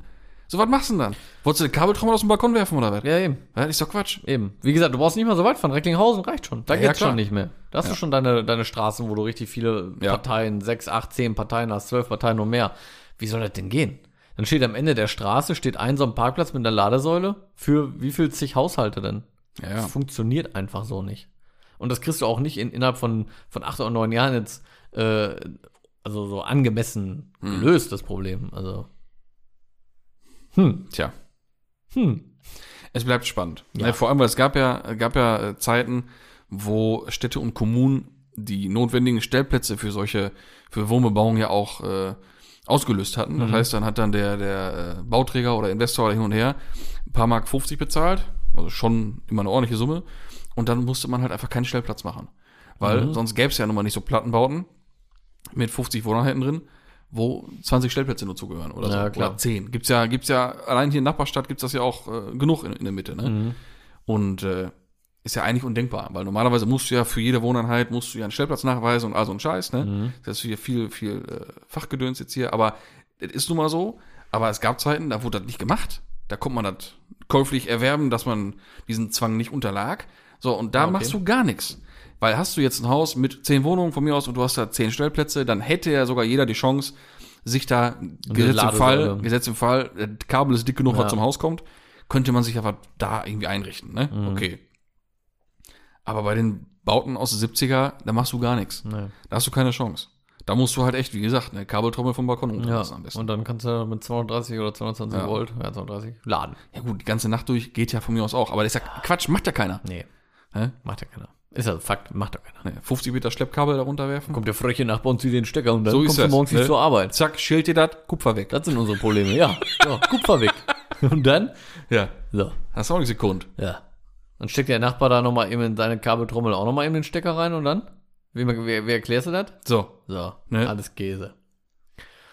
S1: So, was machst du denn dann? Wolltest du den Kabeltrommel aus dem Balkon werfen oder was?
S2: Ja, eben.
S1: Das ist doch Quatsch.
S2: Eben. Wie gesagt, du brauchst nicht mal so weit fahren. Recklinghausen reicht schon. Da
S1: Ja, ja,
S2: geht's
S1: klar.
S2: schon nicht mehr. Da hast du schon deine, deine Straßen, wo du richtig viele
S1: Ja.
S2: Parteien, sechs, acht, zehn Parteien hast, zwölf Parteien und mehr. Wie soll das denn gehen? Dann steht am Ende der Straße, steht ein so ein Parkplatz mit einer Ladesäule für wie viel zig Haushalte denn?
S1: Ja,
S2: Das funktioniert einfach so nicht. Und das kriegst du auch nicht in, innerhalb von, von acht oder neun Jahren jetzt, äh, also so angemessen
S1: Hm.
S2: gelöst, das Problem. Also. Hm,
S1: Tja,
S2: hm.
S1: es bleibt spannend. Ne, Vor allem, weil es gab ja, gab ja äh, Zeiten, wo Städte und Kommunen die notwendigen Stellplätze für solche, für Wohnbebauung ja auch äh, ausgelöst hatten.
S2: Mhm.
S1: Das heißt, dann hat dann der, der äh, Bauträger oder Investor oder hin und her ein paar Mark 50 bezahlt, also schon immer eine ordentliche Summe. Und dann musste man halt einfach keinen Stellplatz machen. Weil
S2: Mhm.
S1: sonst gäbe es ja nun mal nicht so Plattenbauten mit 50 Wohneinheiten drin, wo 20 Stellplätze nur zugehören oder so.
S2: Ja, klar.
S1: Oder 10. Gibt's ja, gibt's ja, allein hier in Nachbarstadt gibt's das ja auch äh, genug in, in der Mitte. Ne?
S2: Mhm.
S1: Und äh, ist ja eigentlich undenkbar, weil normalerweise musst du ja für jede Wohneinheit musst du ja einen Stellplatz nachweisen und all so ein Scheiß, ne? Das ist hier viel, viel äh, Fachgedöns jetzt hier, aber das ist nun mal so. Aber es gab Zeiten, da wurde das nicht gemacht. Da konnte man das käuflich erwerben, dass man diesen Zwang nicht unterlag. So, und da
S2: okay.
S1: machst du gar nichts. Weil hast du jetzt ein Haus mit zehn Wohnungen von mir aus und du hast da zehn Stellplätze, dann hätte ja sogar jeder die Chance, sich da gesetzt im, Fall,
S2: Ladesäule.
S1: gesetzt im Fall, das Kabel ist dick genug,
S2: Ja.
S1: was zum Haus kommt, könnte man sich aber da irgendwie einrichten. Ne?
S2: Mhm.
S1: Okay, aber bei den Bauten aus den 70er, da machst du gar nichts.
S2: Nee.
S1: Da hast du keine Chance. Da musst du halt echt, wie gesagt, eine Kabeltrommel vom Balkon
S2: Ja,
S1: runterlassen am besten.
S2: und dann kannst du mit 230 oder 220
S1: Ja.
S2: Volt, ja, 230, laden.
S1: ja gut, die ganze Nacht durch geht ja von mir aus auch. Aber das ist ja Quatsch, macht ja keiner.
S2: Nee,
S1: Hä?
S2: macht ja keiner. Ist ja Fakt, macht ja keiner.
S1: Nee, 50 Meter Schleppkabel da runterwerfen.
S2: Kommt der freche Nachbar und zieht den Stecker und dann
S1: So ist
S2: kommst du
S1: das,
S2: morgens
S1: ne?
S2: nicht zur Arbeit.
S1: Zack, schild dir das, Kupfer weg.
S2: Das sind unsere Probleme, ja. ja Kupfer weg. Und dann?
S1: Ja,
S2: So,
S1: hast du auch eine Sekunde.
S2: ja. Dann steckt der Nachbar da nochmal eben in seine Kabeltrommel auch nochmal eben den Stecker rein und dann? Wie, wie, wie erklärst du das?
S1: So,
S2: So,
S1: Ne?
S2: alles Käse.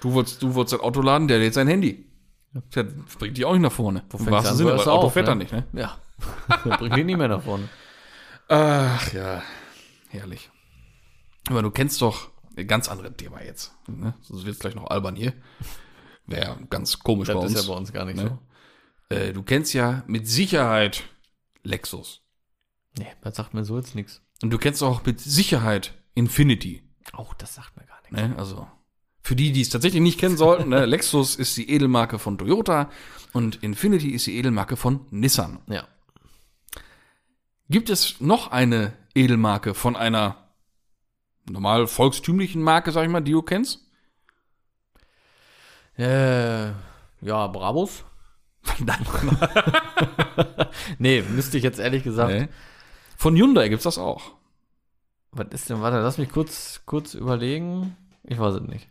S1: du wolltest, du wolltest das Auto laden, der lädt sein Handy. Das bringt die auch nicht nach vorne. Wo
S2: fängst du an,
S1: Sinne,
S2: so
S1: weil
S2: hörst
S1: Auto
S2: du auf,
S1: fährt
S2: ne?
S1: da nicht, ne?
S2: Ja. Bringt ihn nicht mehr nach vorne.
S1: Ach ja, herrlich. Aber du kennst doch ein ganz anderes Thema jetzt. Ne? Sonst wird es gleich noch albern hier. Wäre ja ganz komisch bei
S2: Das
S1: uns.
S2: ist ja bei uns gar nicht
S1: Ne? äh, du kennst ja mit Sicherheit Lexus.
S2: so. Nee, das sagt mir so jetzt nichts.
S1: Und du kennst auch mit Sicherheit Infinity.
S2: Auch das sagt mir gar nichts.
S1: Ne? Also für die, die es tatsächlich nicht kennen sollten, ne? Lexus ist die Edelmarke von Toyota und Infinity ist die Edelmarke von Nissan.
S2: Ja.
S1: Gibt es noch eine Edelmarke von einer normal volkstümlichen Marke, sag ich mal, die du kennst?
S2: Äh, ja, Brabus? Nee, müsste ich jetzt ehrlich gesagt.
S1: Nee. Von Hyundai gibt's das auch.
S2: Was ist denn, warte, lass mich kurz, kurz überlegen. Ich weiß es nicht.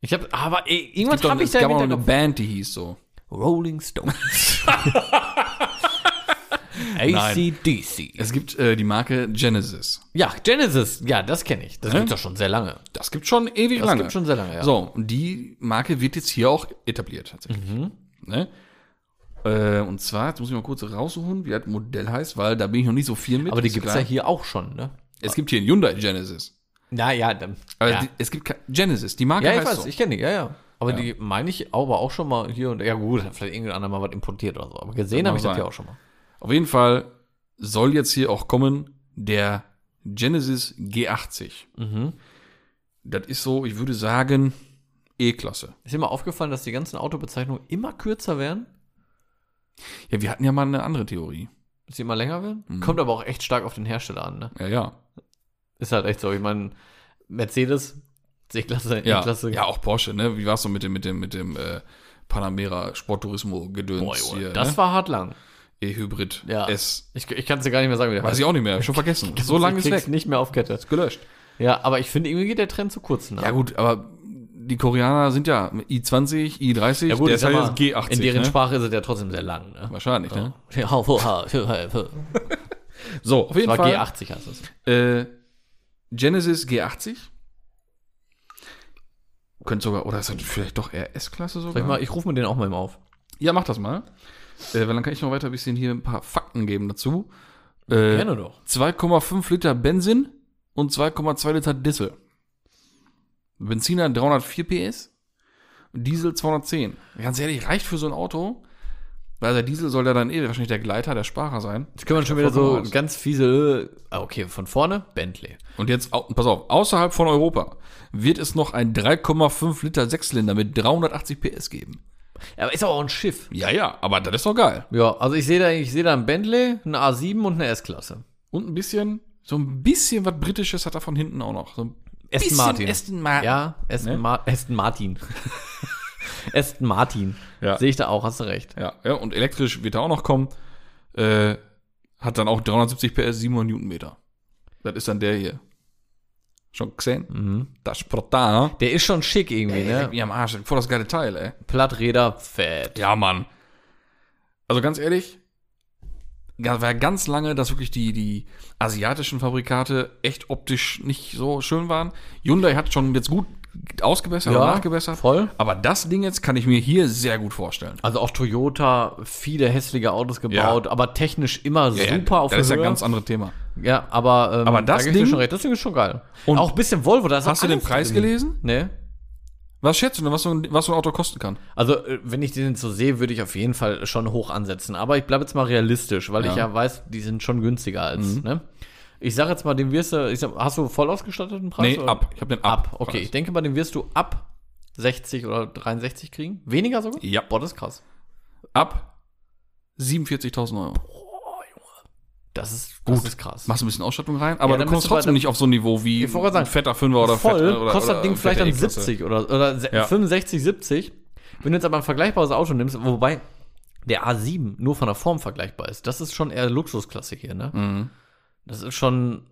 S2: Ich hab, aber ey, irgendwas
S1: Gibt
S2: habe
S1: doch-
S2: ich da
S1: es gab auch noch
S2: wieder
S1: eine Band, die hieß so.
S2: Rolling Stones. ACDC.
S1: Es gibt äh, die Marke Genesis.
S2: Ja, Genesis, ja, das kenne ich. Das gibt's doch schon sehr lange.
S1: Das gibt schon ewig
S2: Das
S1: lange.
S2: gibt schon sehr lange, ja.
S1: So, und die Marke wird jetzt hier auch etabliert tatsächlich.
S2: Mhm.
S1: Ne? Äh, und zwar, jetzt muss ich mal kurz raussuchen, wie das Modell heißt, weil da bin ich noch nicht so viel mit.
S2: aber die
S1: ist
S2: gibt's
S1: klar.
S2: ja hier auch schon, ne?
S1: Es gibt hier einen Hyundai Genesis.
S2: Naja, dann.
S1: Aber
S2: ja.
S1: die, es gibt ke- Genesis, die Marke
S2: ja, ich
S1: heißt
S2: weiß,
S1: so.
S2: ich kenne die, ja, ja. Aber die meine ich aber auch schon mal hier und ja gut, hat vielleicht irgendein anderer mal was importiert oder so. Aber gesehen
S1: Kann
S2: habe ich
S1: auch
S2: das ja
S1: sein.
S2: auch schon mal.
S1: Auf jeden Fall soll jetzt hier auch kommen der Genesis G80.
S2: Mhm.
S1: Das ist so, ich würde sagen, E-Klasse.
S2: Ist dir mal aufgefallen, dass die ganzen Autobezeichnungen immer kürzer werden?
S1: Ja, wir hatten ja mal eine andere Theorie.
S2: Dass die immer länger werden?
S1: Mhm.
S2: Kommt aber auch echt stark auf den Hersteller an, ne?
S1: Ja, ja.
S2: Ist halt echt so. Ich meine, Mercedes, C-Klasse,
S1: Ja,
S2: E-Klasse.
S1: ja auch Porsche, ne? Wie war es so mit dem, mit dem, mit dem äh, Panamera Sportturismo
S2: Boah,
S1: gedöns
S2: Junge,
S1: hier?
S2: das
S1: ne?
S2: war hart lang.
S1: E-Hybrid
S2: Ja.
S1: S.
S2: Ich, ich kann es dir gar nicht mehr sagen, wie der
S1: Weiß ich auch nicht mehr, schon vergessen. so lange ist
S2: krieg's
S1: weg.
S2: nicht mehr auf Kette.
S1: Gelöscht.
S2: Ja, aber ich finde, irgendwie geht der Trend zu kurz. Ne?
S1: Ja gut, aber die Koreaner sind ja I20, I30,
S2: Ja, gut,
S1: der
S2: ich
S1: ist
S2: sag
S1: halt
S2: mal,
S1: jetzt G80.
S2: in deren
S1: ne?
S2: Sprache ist es ja trotzdem sehr lang. Ne?
S1: Wahrscheinlich, ne?
S2: Ja, war
S1: So, auf jeden Fall.
S2: G80 heißt es.
S1: Äh, Genesis G80. Könnte sogar, oder ist das vielleicht doch eher S-Klasse
S2: Soll
S1: sogar?
S2: ich mal, ich rufe mir den auch mal eben auf.
S1: Ja, mach das mal. Äh, weil dann kann ich noch weiter ein bisschen hier ein paar Fakten geben dazu. Äh,
S2: Gerne doch.
S1: 2,5 Liter Benzin und 2,2 Liter Diesel. Benziner 304 PS, Diesel 210. Ganz ehrlich, reicht für so ein Auto, weil der Diesel soll ja dann eh wahrscheinlich der Gleiter, der Sparer sein.
S2: Jetzt können wir schon wieder so ganz fiese. Ah, okay, von vorne Bentley.
S1: Und jetzt, au- pass auf, außerhalb von Europa wird es noch ein 3,5 Liter Sechszylinder mit 380 PS geben.
S2: Aber ist auch ein Schiff.
S1: Ja, ja, aber das ist doch geil.
S2: Ja, also ich sehe da, ich sehe da ein Bentley, eine A7 und eine S-Klasse.
S1: Und ein bisschen, so ein bisschen was Britisches hat er von hinten auch noch. So ein
S2: Aston
S1: bisschen
S2: Martin.
S1: Aston Martin.
S2: Ja, Aston,
S1: Ne?
S2: Ma Aston Martin. Aston Martin.
S1: Ja.
S2: Sehe ich da auch, hast du recht.
S1: ja, ja, und elektrisch wird er auch noch kommen. Äh, hat dann auch 370 PS, 700 Newtonmeter. Das ist dann der hier. Schon gesehen? Das ne? Sportaner.
S2: Der ist schon schick irgendwie,
S1: Ja.
S2: ne?
S1: Mir Mhm. am Arsch, voll das geile Teil, ey.
S2: Äh, Platträder, fett.
S1: Ja, Mann. Also ganz ehrlich, ja, war ganz lange, dass wirklich die, die asiatischen Fabrikate echt optisch nicht so schön waren. Hyundai hat schon jetzt gut ausgebessert und nachgebessert.
S2: voll.
S1: Aber das Ding jetzt kann ich mir hier sehr gut vorstellen.
S2: Also auch Toyota, viele hässliche Autos gebaut, aber technisch immer super auf
S1: Das ist ja
S2: Höhe.
S1: ein ganz anderes Thema.
S2: Ja, aber, ähm,
S1: Aber das
S2: da geb ich dir
S1: Ding-
S2: schon recht. Das Ding ist schon geil.
S1: Und
S2: auch ein bisschen Volvo, da ist
S1: Hast
S2: auch
S1: du den
S2: alles
S1: Preis
S2: drin.
S1: gelesen?
S2: Nee.
S1: Was schätzt du denn, was so ein, was so ein Auto kosten kann?
S2: Also, äh, wenn ich den so sehe, würde ich auf jeden Fall schon hoch ansetzen. Aber ich bleibe jetzt mal realistisch, weil ich ja weiß, die sind schon günstiger als,
S1: Mhm.
S2: ne? Ich sage jetzt mal, den wirst du, ich sag, hast du voll ausgestatteten Preis?
S1: nee,
S2: oder?
S1: ab. Ich habe den
S2: Ab,
S1: ab.
S2: okay. Ich denke mal, den wirst du ab 60 oder 63 kriegen. Weniger sogar?
S1: Ja.
S2: Boah, das ist krass.
S1: Ab 47.000 Euro.
S2: Das ist gut. Das ist krass.
S1: Machst ein bisschen Ausstattung rein, aber
S2: Ja, dann
S1: du kommst
S2: bist du bei
S1: trotzdem
S2: der-
S1: nicht auf so ein Niveau wie
S2: wollte gerade sagen,
S1: ein fetter Fünfer oder
S2: voll,
S1: fett- oder,
S2: kostet
S1: oder
S2: das Ding vielleicht
S1: fette
S2: dann
S1: E-Klasse.
S2: 70 oder, oder se-
S1: Ja.
S2: 65, 70. Wenn du jetzt aber ein vergleichbares Auto nimmst, wobei der A7 nur von der Form vergleichbar ist, das ist schon eher Luxusklasse hier, ne?
S1: Mhm.
S2: Das ist schon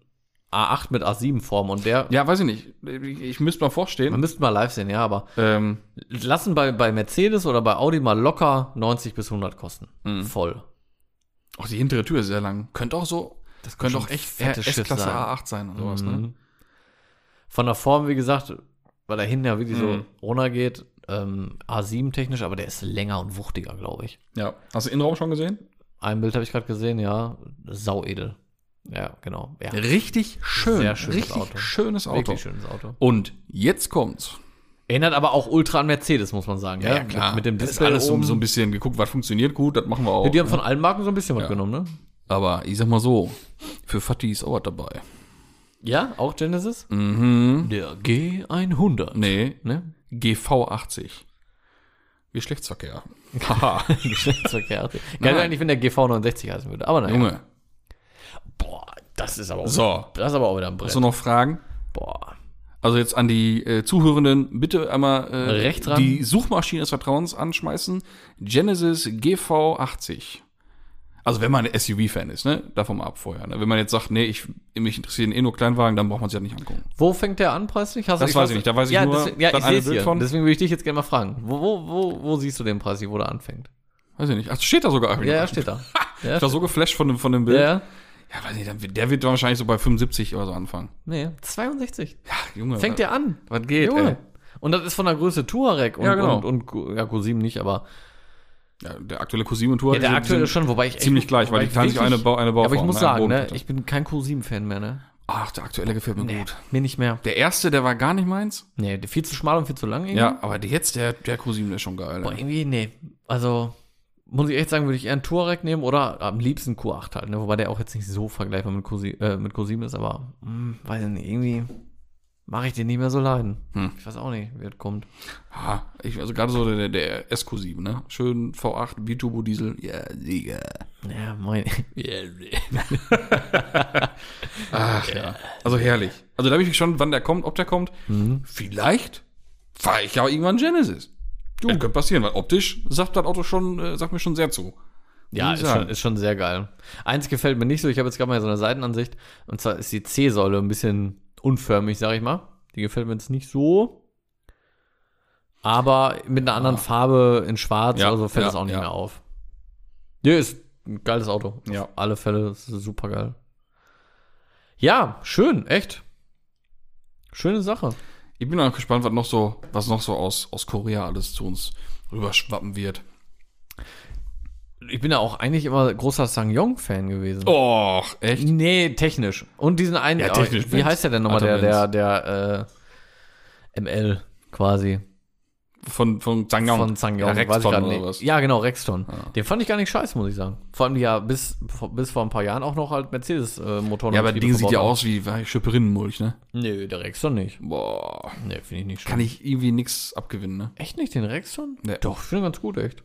S2: A8 mit A7-Form und der,
S1: Ja, weiß ich nicht. Ich, ich müsste mal
S2: man
S1: vorstehen.
S2: müsste mal live sehen, ja, aber
S1: Ähm,
S2: lassen bei, bei Mercedes oder bei Audi mal locker 90 bis 100 kosten.
S1: Mhm.
S2: Voll.
S1: auch oh, die hintere Tür ist sehr lang. Könnte auch so, das könnte
S2: schon
S1: auch echt
S2: fettes
S1: R- S-Klasse
S2: Schiff sein.
S1: A8 sein oder sowas, ne?
S2: Mhm. Von der Form, wie gesagt, weil er hinten ja wirklich so
S1: Mhm.
S2: runtergeht, ähm, A7 technisch, aber der ist länger und wuchtiger, glaube ich.
S1: Ja. Hast du den Innenraum schon gesehen?
S2: Ein Bild habe ich gerade gesehen, ja. Sauedel. Ja, genau. Ja,
S1: Richtig schön.
S2: Sehr schönes
S1: richtig
S2: Auto.
S1: schönes Auto.
S2: wirklich schönes Auto.
S1: Und jetzt kommt's.
S2: Erinnert aber auch ultra an Mercedes, muss man sagen. gell? Mit, mit dem
S1: das ist
S2: Display
S1: alles so,
S2: oben.
S1: so ein ne? bisschen geguckt, was funktioniert gut, das machen wir auch.
S2: Die haben von allen Marken so ein bisschen was genommen, ne?
S1: Aber ich sag mal so, für Fatih ist auch was dabei.
S2: Ja, auch Genesis?
S1: Mhm.
S2: Der G100.
S1: Nee,
S2: Ne?
S1: GV80. Geschlechtsverkehr.
S2: Geschlechtsverkehr.
S1: Nein.
S2: Geil eigentlich, wenn der GV69 heißen würde. Aber naja.
S1: Junge.
S2: Boah, das ist aber auch,
S1: So.
S2: das ist aber auch wieder ein Brett.
S1: Hast du noch Fragen?
S2: Boah.
S1: Also jetzt an die äh, Zuhörenden, bitte einmal äh,
S2: Recht dran.
S1: die Suchmaschine des Vertrauens anschmeißen. Genesis GV80. Also wenn man ein SUV-Fan ist, ne? Davon mal ab vorher. Ne? Wenn man jetzt sagt, nee, ich, mich interessieren eh nur Kleinwagen, dann braucht man sich ja nicht angucken.
S2: Wo fängt der an preislich? Hast du-
S1: Das weiß ich nicht, da weiß ich
S2: ja,
S1: nur
S2: deswegen- ja,
S1: das
S2: ich
S1: eine
S2: sehe es
S1: Bild
S2: hier.
S1: von.
S2: Deswegen würde ich dich jetzt gerne mal fragen. Wo, wo, wo, wo siehst du den preislich, wo der anfängt?
S1: Weiß ich nicht. Ach, steht da sogar.
S2: Ja, ja, steht da. Ja,
S1: Ich war so geflasht von dem, von dem
S2: ja,
S1: Bild.
S2: ja.
S1: Ja, weiß nicht, der wird- der wird wahrscheinlich so bei 75 oder so anfangen.
S2: Nee, 62.
S1: Ach, Junge. äh,
S2: Fängt
S1: was,
S2: der an.
S1: Was geht, ey?
S2: Junge. Und das ist von der Größe Touareg und,
S1: Ja, genau.
S2: und, und Q- ja, Q7 nicht, aber
S1: Ja, der aktuelle Q7-Tour.
S2: ja, der aktuelle schon, wobei ich echt,
S1: ziemlich gleich, weil
S2: wobei
S1: die kann sich
S2: wirklich-
S1: eine Bau- eine
S2: Aber ich
S1: Bauform,
S2: muss
S1: ne,
S2: sagen, ne,
S1: Bodenplatte.
S2: ich bin kein Q7-Fan mehr, ne?
S1: Ach, der aktuelle gefällt mir gut.
S2: Mir nicht mehr.
S1: Der erste, der war gar nicht meins.
S2: Nee, viel zu schmal und viel zu lang irgendwie.
S1: Ja, aber der jetzt, der, der Q7, der ist schon geil.
S2: Boah,
S1: ey.
S2: irgendwie, nee. Also, muss ich echt sagen, würde ich eher einen Touareg nehmen oder am liebsten Q8 halt, ne? Wobei der auch jetzt nicht so vergleichbar mit, Q7, äh, mit Q7 ist, aber hm, weiß ich nicht, irgendwie mache ich den nicht mehr so leiden.
S1: Hm.
S2: Ich weiß auch nicht, wie das kommt.
S1: Ha, ich, also gerade so der, der SQ7, ne? Schön V8, Biturbo-Diesel. Ja, Digga.
S2: Ja, mein.
S1: Ach ja. Also herrlich. Also da bin ich gespannt, wann der kommt, ob der kommt. Vielleicht fahre ich ja irgendwann Genesis. Du. Das könnte passieren, weil optisch sagt das Auto schon, äh, sagt mir schon sehr zu.
S2: Ja,
S1: Muss ich
S2: ist schon,
S1: sagen.
S2: ist schon sehr geil. Eins gefällt mir nicht so, ich habe jetzt gerade mal so eine Seitenansicht, und zwar ist die C-Säule ein bisschen unförmig, sage ich mal. Die gefällt mir jetzt nicht so. Aber mit einer anderen Farbe in schwarz
S1: Ah. Ja,
S2: oder so fällt
S1: ja,
S2: das auch nicht
S1: ja.
S2: mehr auf. Ja, ist ein geiles Auto.
S1: Ja.
S2: Auf alle Fälle ist super geil. Ja, schön, echt. Schöne Sache.
S1: Ich bin auch gespannt, was noch so, was noch so aus, aus Korea alles zu uns rüberschwappen wird.
S2: Ich bin ja auch eigentlich immer großer Sang-Yong-Fan gewesen.
S1: Och, echt?
S2: Nee, technisch. Und diesen einen. oh,
S1: Ja, technisch,
S2: Wie
S1: Vince.
S2: heißt der denn nochmal? Der,
S1: Alter,
S2: der, der äh, ML quasi
S1: Von, von Zangyang.
S2: von Zhang
S1: Ja,
S2: Yong.
S1: Rexton
S2: grad
S1: oder
S2: nicht.
S1: was.
S2: Ja, genau, Rexton. Den fand ich gar nicht scheiße, muss ich sagen. Vor allem die ja bis, vor- bis vor ein paar Jahren auch noch halt Mercedes-Motoren.
S1: Ja, aber das Ding sieht ja aus wie weiß ich, Schipperinnenmulch, ne?
S2: Nee, der Rexton nicht.
S1: Boah.
S2: Nee, finde ich nicht schön.
S1: Kann ich irgendwie nichts abgewinnen, ne?
S2: echt nicht den Rexton?
S1: Nee.
S2: Doch, finde ganz gut, echt.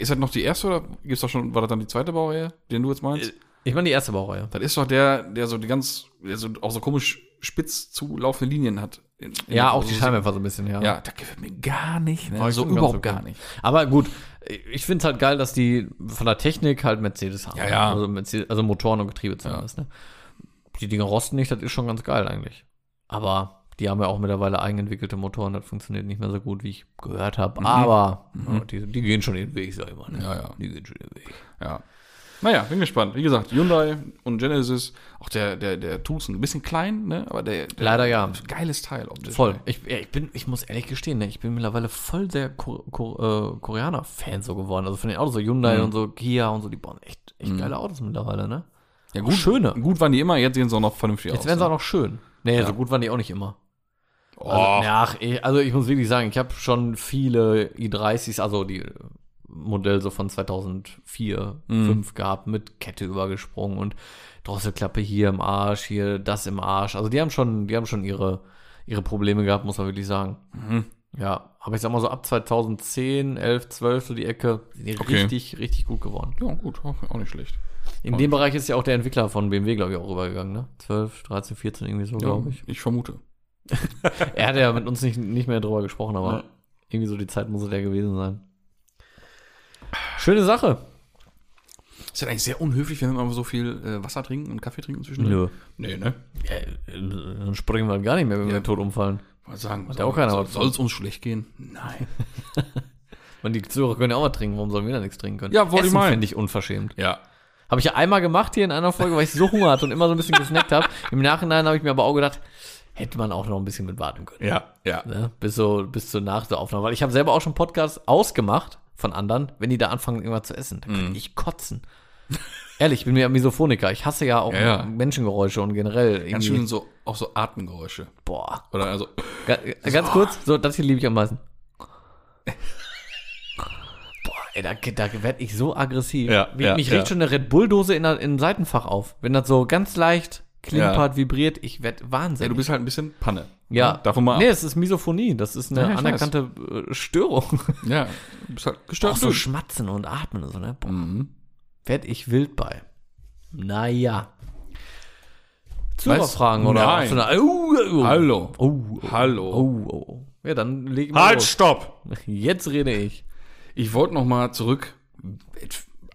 S1: Ist das noch die erste oder gibt's doch schon, war das dann die zweite Baureihe, den du jetzt meinst?
S2: Ich meine die erste Baureihe.
S1: das ist doch der, der so die ganz, der so auch so komisch spitz zulaufende Linien hat. In- in-
S2: Ja, auch
S1: also
S2: die
S1: so-
S2: Scheinwerfer so ein bisschen, ja.
S1: Ja, da gefällt mir gar nicht, ne?
S2: ich
S1: So
S2: bin ganz
S1: überhaupt
S2: okay.
S1: gar nicht.
S2: Aber gut, ich finde es halt geil, dass die von der Technik halt Mercedes haben.
S1: Ja, ja.
S2: Also, Mercedes, also Motoren und Getriebe zumindest. Ne? Die Dinger rosten nicht, das ist schon ganz geil eigentlich. Aber die haben ja auch mittlerweile eigenentwickelte Motoren, das funktioniert nicht mehr so gut, wie ich gehört habe. Aber ja, die, die gehen schon den Weg, sag ich mal. Ne?
S1: Mhm. Ja, ja.
S2: Die gehen schon den Weg.
S1: Ja. Naja, bin gespannt. Wie gesagt, Hyundai und Genesis, auch der, der, der Tucson, ein bisschen klein, ne? Aber der, der
S2: Leider ja.
S1: geiles Teil optisch.
S2: Voll. Ich, ja, ich bin, ich muss ehrlich gestehen, ne, ich bin mittlerweile voll der Ko Ko äh, Koreaner-Fan so geworden. Also von den Autos, so
S1: Mhm.
S2: Hyundai und so Kia und so, die bauen echt, echt geile Autos mittlerweile, ne?
S1: Ja,
S2: Auch schöne.
S1: Gut waren die immer, jetzt sehen sie auch noch vernünftig
S2: Jetzt
S1: aus.
S2: werden sie
S1: ne?
S2: auch noch schön. Nee, so gut waren die auch nicht immer.
S1: oh,
S2: Also, ja, ach, eh, also ich muss wirklich sagen, ich habe schon viele i30s, also die Modell so von 2004,
S1: Mhm.
S2: 5 gehabt, mit Kette übergesprungen und Drosselklappe hier im Arsch, hier das im Arsch. Also die haben schon, die haben schon ihre, ihre Probleme gehabt, muss man wirklich sagen.
S1: Mhm.
S2: Ja, aber ich sag mal so ab 2010, 11, 12 so die Ecke, sind die
S1: Okay.
S2: richtig, richtig gut geworden.
S1: ja, gut, auch, auch nicht schlecht.
S2: In dem Bereich ist ja auch der Entwickler von BMW, glaube ich, auch rübergegangen, ne? 12, 13, 14 irgendwie so, glaube ich.
S1: Ich vermute.
S2: Er hat ja mit uns nicht, nicht mehr drüber gesprochen, aber
S1: Ja.
S2: irgendwie so die Zeit muss es ja gewesen sein. Schöne Sache.
S1: Ist ja eigentlich sehr unhöflich, wenn wir immer so viel äh, Wasser trinken und Kaffee trinken zwischen. Nee, ne?
S2: Dann springen wir halt gar nicht mehr, wenn wir tot umfallen.
S1: Mal sagen,
S2: ja auch keiner was von.
S1: soll es uns schlecht gehen? Nein.
S2: Man, die Zuhörer können ja auch mal trinken, warum sollen wir da nichts trinken können?
S1: Ja, wollte ich
S2: Essen
S1: meinen.
S2: finde ich unverschämt.
S1: ja.
S2: Habe ich ja einmal gemacht hier in einer Folge, weil ich so Hunger hatte und immer so ein bisschen gesnackt habe. Im Nachhinein habe ich mir aber auch gedacht, hätte man auch noch ein bisschen mit warten können.
S1: Ja, ja.
S2: Ne? Bis, so, bis zur Nach der Aufnahme. Weil ich habe selber auch schon Podcasts ausgemacht von anderen, wenn die da anfangen, irgendwas zu essen. Dann
S1: Mhm.
S2: kann ich kotzen. Ehrlich, ich bin mir Misophoniker. Ich hasse ja auch
S1: Ja, ja.
S2: Menschengeräusche und generell.
S1: Ganz
S2: irgendwie-
S1: schön so, auch so Atemgeräusche.
S2: Boah.
S1: Oder also,
S2: Ga ganz kurz, so, das hier liebe ich am meisten. Boah, ey, da, da werde ich so aggressiv.
S1: Ja,
S2: mich
S1: ja,
S2: mich
S1: ja.
S2: regt schon eine Red Bull-Dose in, der- im Seitenfach auf. Wenn das so ganz leicht klimpert, vibriert, ich werde
S1: ey,
S2: Wahnsinn.
S1: du bist halt ein bisschen Panne. ne?
S2: ja,
S1: Davon mal ab.
S2: Nee, es ist Misophonie. Das ist eine
S1: Ja, ich weiß.
S2: anerkannte äh, Störung.
S1: Ja, du bist halt
S2: Auch
S1: gestört.
S2: so
S1: durch.
S2: schmatzen und atmen und so, ne? Boah,
S1: Mhm.
S2: werd ich wild bei. Naja.
S1: Was?
S2: Zuhörerfragen oder?
S1: Nein.
S2: hast du eine- Oh, oh.
S1: Hallo.
S2: Oh, oh.
S1: Hallo.
S2: Oh, oh, oh. Ja, dann leg mal
S1: Halt,
S2: los.
S1: stopp!
S2: Jetzt rede ich.
S1: Ich wollte noch mal zurück.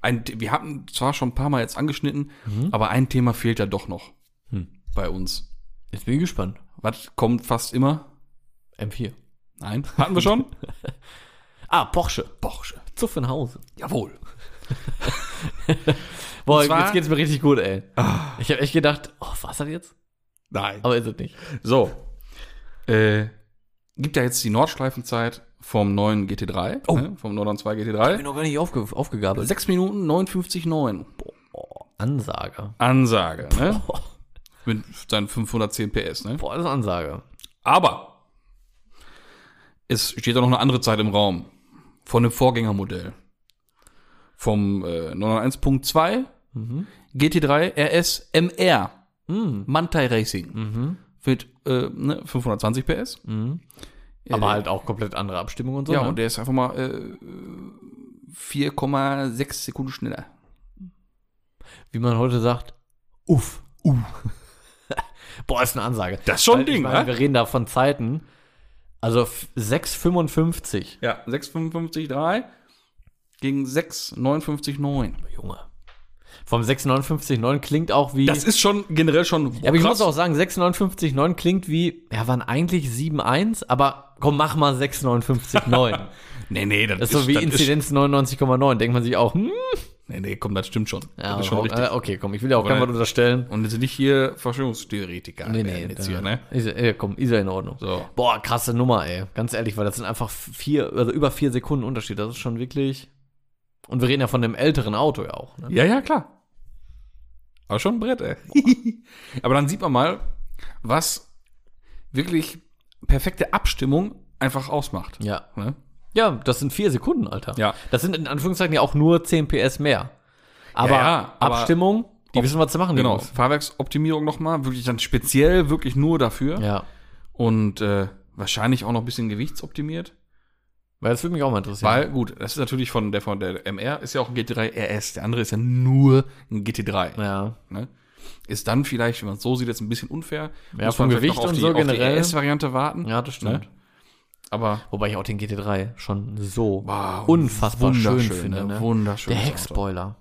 S1: Ein, wir hatten zwar schon ein paar Mal jetzt angeschnitten, aber ein Thema fehlt ja doch noch bei uns.
S2: Jetzt bin ich gespannt.
S1: Was kommt fast immer?
S2: M4.
S1: Nein. Hatten wir schon?
S2: Ah, Porsche.
S1: Porsche.
S2: Zuffenhausen.
S1: Jawohl.
S2: Boah,
S1: zwar-
S2: jetzt geht's mir richtig gut, ey. Ich habe echt gedacht, oh, was hat jetzt?
S1: Nein.
S2: Aber ist es nicht.
S1: So. Äh, gibt ja jetzt die Nordschleifenzeit vom neuen GT3, ne? vom 992 GT3.
S2: noch gar nicht aufge aufgegabelt.
S1: 6 Minuten 59,9.
S2: Ansage.
S1: Ansage, ne? Mit seinen 510 PS, ne?
S2: Boah, das ist eine Ansage.
S1: Aber es steht da noch eine andere Zeit im Raum. Von dem Vorgängermodell. Vom äh, 901.2 Mhm. GT3 RS MR. Mantai Racing. Mit äh, ne, 520 PS. Äh,
S2: Aber halt auch komplett andere Abstimmung und so.
S1: Ja,
S2: ne?
S1: und der ist einfach mal äh, 4,6 Sekunden schneller.
S2: Wie man heute sagt, uff. Uff. Boah, ist eine Ansage.
S1: Das ist schon ein
S2: Weil ich
S1: Ding,
S2: meine,
S1: ne?
S2: Wir reden da von Zeiten. Also f- 6,55.
S1: Ja, 6,55,3 gegen 6,59,9.
S2: Junge. Vom 6,59,9 klingt auch wie.
S1: Das ist schon generell schon.
S2: Ja, aber ich
S1: krass.
S2: muss auch sagen, 6,59,9 klingt wie, ja, waren eigentlich 7,1, aber komm, mach mal 6,59,9.
S1: Nee, nee, das,
S2: Das ist so wie
S1: das
S2: Inzidenz 99,9. Denkt man sich auch, hm?
S1: Nee, nee, komm, das stimmt schon.
S2: Ja,
S1: das ist schon
S2: warum-
S1: richtig. ne?
S2: äh, okay, komm, ich will ja auch
S1: Aber-
S2: keinem was unterstellen.
S1: Und jetzt sind nicht hier Verschwörungstheoretiker.
S2: Nee,
S1: werden
S2: nee,
S1: jetzt
S2: da-
S1: hier, ne?
S2: Ist, ja- ja, komm, ist ja in Ordnung.
S1: So.
S2: Boah, krasse Nummer, ey. Ganz ehrlich, weil das sind einfach vier, also über vier Sekunden Unterschied. Das ist schon wirklich. Und wir reden ja von einem älteren Auto ja auch. Ne?
S1: Ja, ja, klar. Aber schon ein Brett, ey. Aber dann sieht man mal, was wirklich perfekte Abstimmung einfach ausmacht.
S2: Ja.
S1: Ne?
S2: Ja, das sind vier Sekunden, Alter.
S1: Ja.
S2: Das sind in Anführungszeichen ja auch nur 10 PS mehr. Aber,
S1: Ja, ja, aber-
S2: Abstimmung, die wissen, was zu machen die
S1: Genau,
S2: Jungs.
S1: Fahrwerksoptimierung nochmal, wirklich dann speziell, wirklich nur dafür.
S2: Ja.
S1: Und äh, wahrscheinlich auch noch ein bisschen gewichtsoptimiert.
S2: Weil das würde mich auch mal interessieren.
S1: Weil, gut, das ist natürlich von der von der MR, ist ja auch ein GT3 RS. Der andere ist ja nur ein GT3.
S2: ja.
S1: Ne? Ist dann vielleicht, wenn man es so sieht, jetzt ein bisschen unfair.
S2: Ja,
S1: Muss
S2: vom
S1: man vielleicht
S2: Gewicht
S1: noch auf
S2: und
S1: die,
S2: so
S1: auf
S2: generell.
S1: Die RS-Variante warten.
S2: ja, das stimmt.
S1: Ne? Aber
S2: Wobei ich auch den GT3 schon so
S1: Wow,
S2: unfassbar schön
S1: wunderschön,
S2: finde.
S1: ne?
S2: Ne?
S1: Wunderschönes
S2: Der
S1: Auto.
S2: Heckspoiler.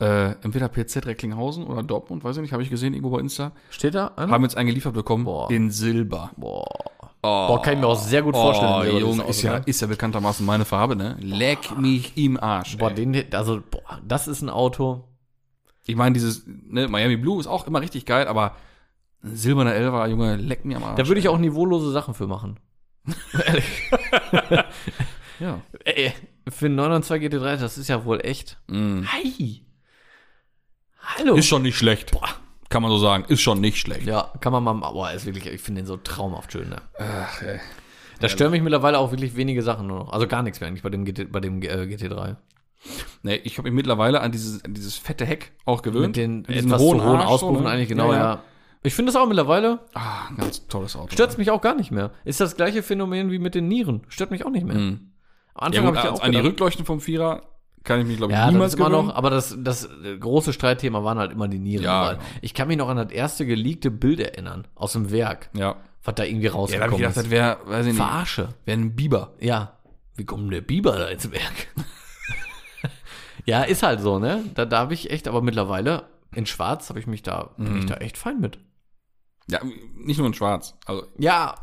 S1: Äh, entweder PZ Recklinghausen oder Dortmund, weiß ich nicht, habe ich gesehen irgendwo bei Insta.
S2: Steht da? An?
S1: Haben jetzt einen geliefert bekommen
S2: Boah.
S1: in Silber.
S2: Boah.
S1: Oh.
S2: Boah, kann ich mir auch sehr gut vorstellen.
S1: Oh,
S2: wie das
S1: Junge,
S2: aussieht,
S1: ist ja,
S2: ne?
S1: ist ja bekanntermaßen meine Farbe, ne? Leck mich im Arsch.
S2: Boah,
S1: ey.
S2: den, also, boah, das ist ein Auto.
S1: Ich meine, dieses ne, Miami Blue ist auch immer richtig geil, aber ein silberner Elfer, Junge, leck mir am Arsch.
S2: Da würde ich auch niveaulose Sachen für machen.
S1: ja.
S2: Ey, für einen 992 GT3, das ist ja wohl echt.
S1: Mm.
S2: Hi. Hallo.
S1: Ist schon nicht schlecht. Kann man so sagen, ist schon nicht schlecht.
S2: ja, kann man mal, boah, ist wirklich, ich finde den so traumhaft schön, ne?
S1: Ach, ey.
S2: Da stören mich mittlerweile auch wirklich wenige Sachen nur noch. Also gar nichts mehr eigentlich bei dem, GT, bei dem äh, GT3.
S1: Nee, ich habe mich mittlerweile an dieses, an dieses fette Heck auch gewöhnt.
S2: Mit den
S1: An diesen
S2: etwas hohen, hohen
S1: Arsch, so,
S2: Auspuffen
S1: ne?
S2: eigentlich, genau, ja. Ich finde das auch mittlerweile,
S1: Ah, ganz tolles Auto.
S2: stört mich auch gar nicht mehr. Ist das gleiche Phänomen wie mit den Nieren. Stört mich auch nicht mehr.
S1: Mhm.
S2: Am Anfang
S1: Ja, gut,
S2: habe ich
S1: also
S2: ja
S1: an,
S2: auch
S1: an die
S2: gedacht-
S1: Rückleuchten vom Vierer kann ich mich, glaube ich,
S2: Ja, das
S1: niemals
S2: ist immer
S1: gewöhnen.
S2: noch, aber das, das äh, große Streitthema waren halt immer die Nieren.
S1: Ja,
S2: überall.
S1: genau.
S2: Ich kann mich noch an das erste geleakte Bild erinnern, aus dem Werk,
S1: Ja.
S2: was da irgendwie
S1: Ja, da habe ich
S2: rausgekommen
S1: gedacht, das
S2: ist.
S1: wäre, weiß ich nicht,
S2: Verarsche.
S1: wäre ein Biber.
S2: Ja. Wie kommt der Biber da ins Werk? ja, ist halt so, ne? Da, da habe ich echt, aber mittlerweile in Schwarz habe ich mich da, bin
S1: Mhm.
S2: ich da echt fein mit.
S1: Ja, nicht nur in Schwarz. Also,
S2: Ja,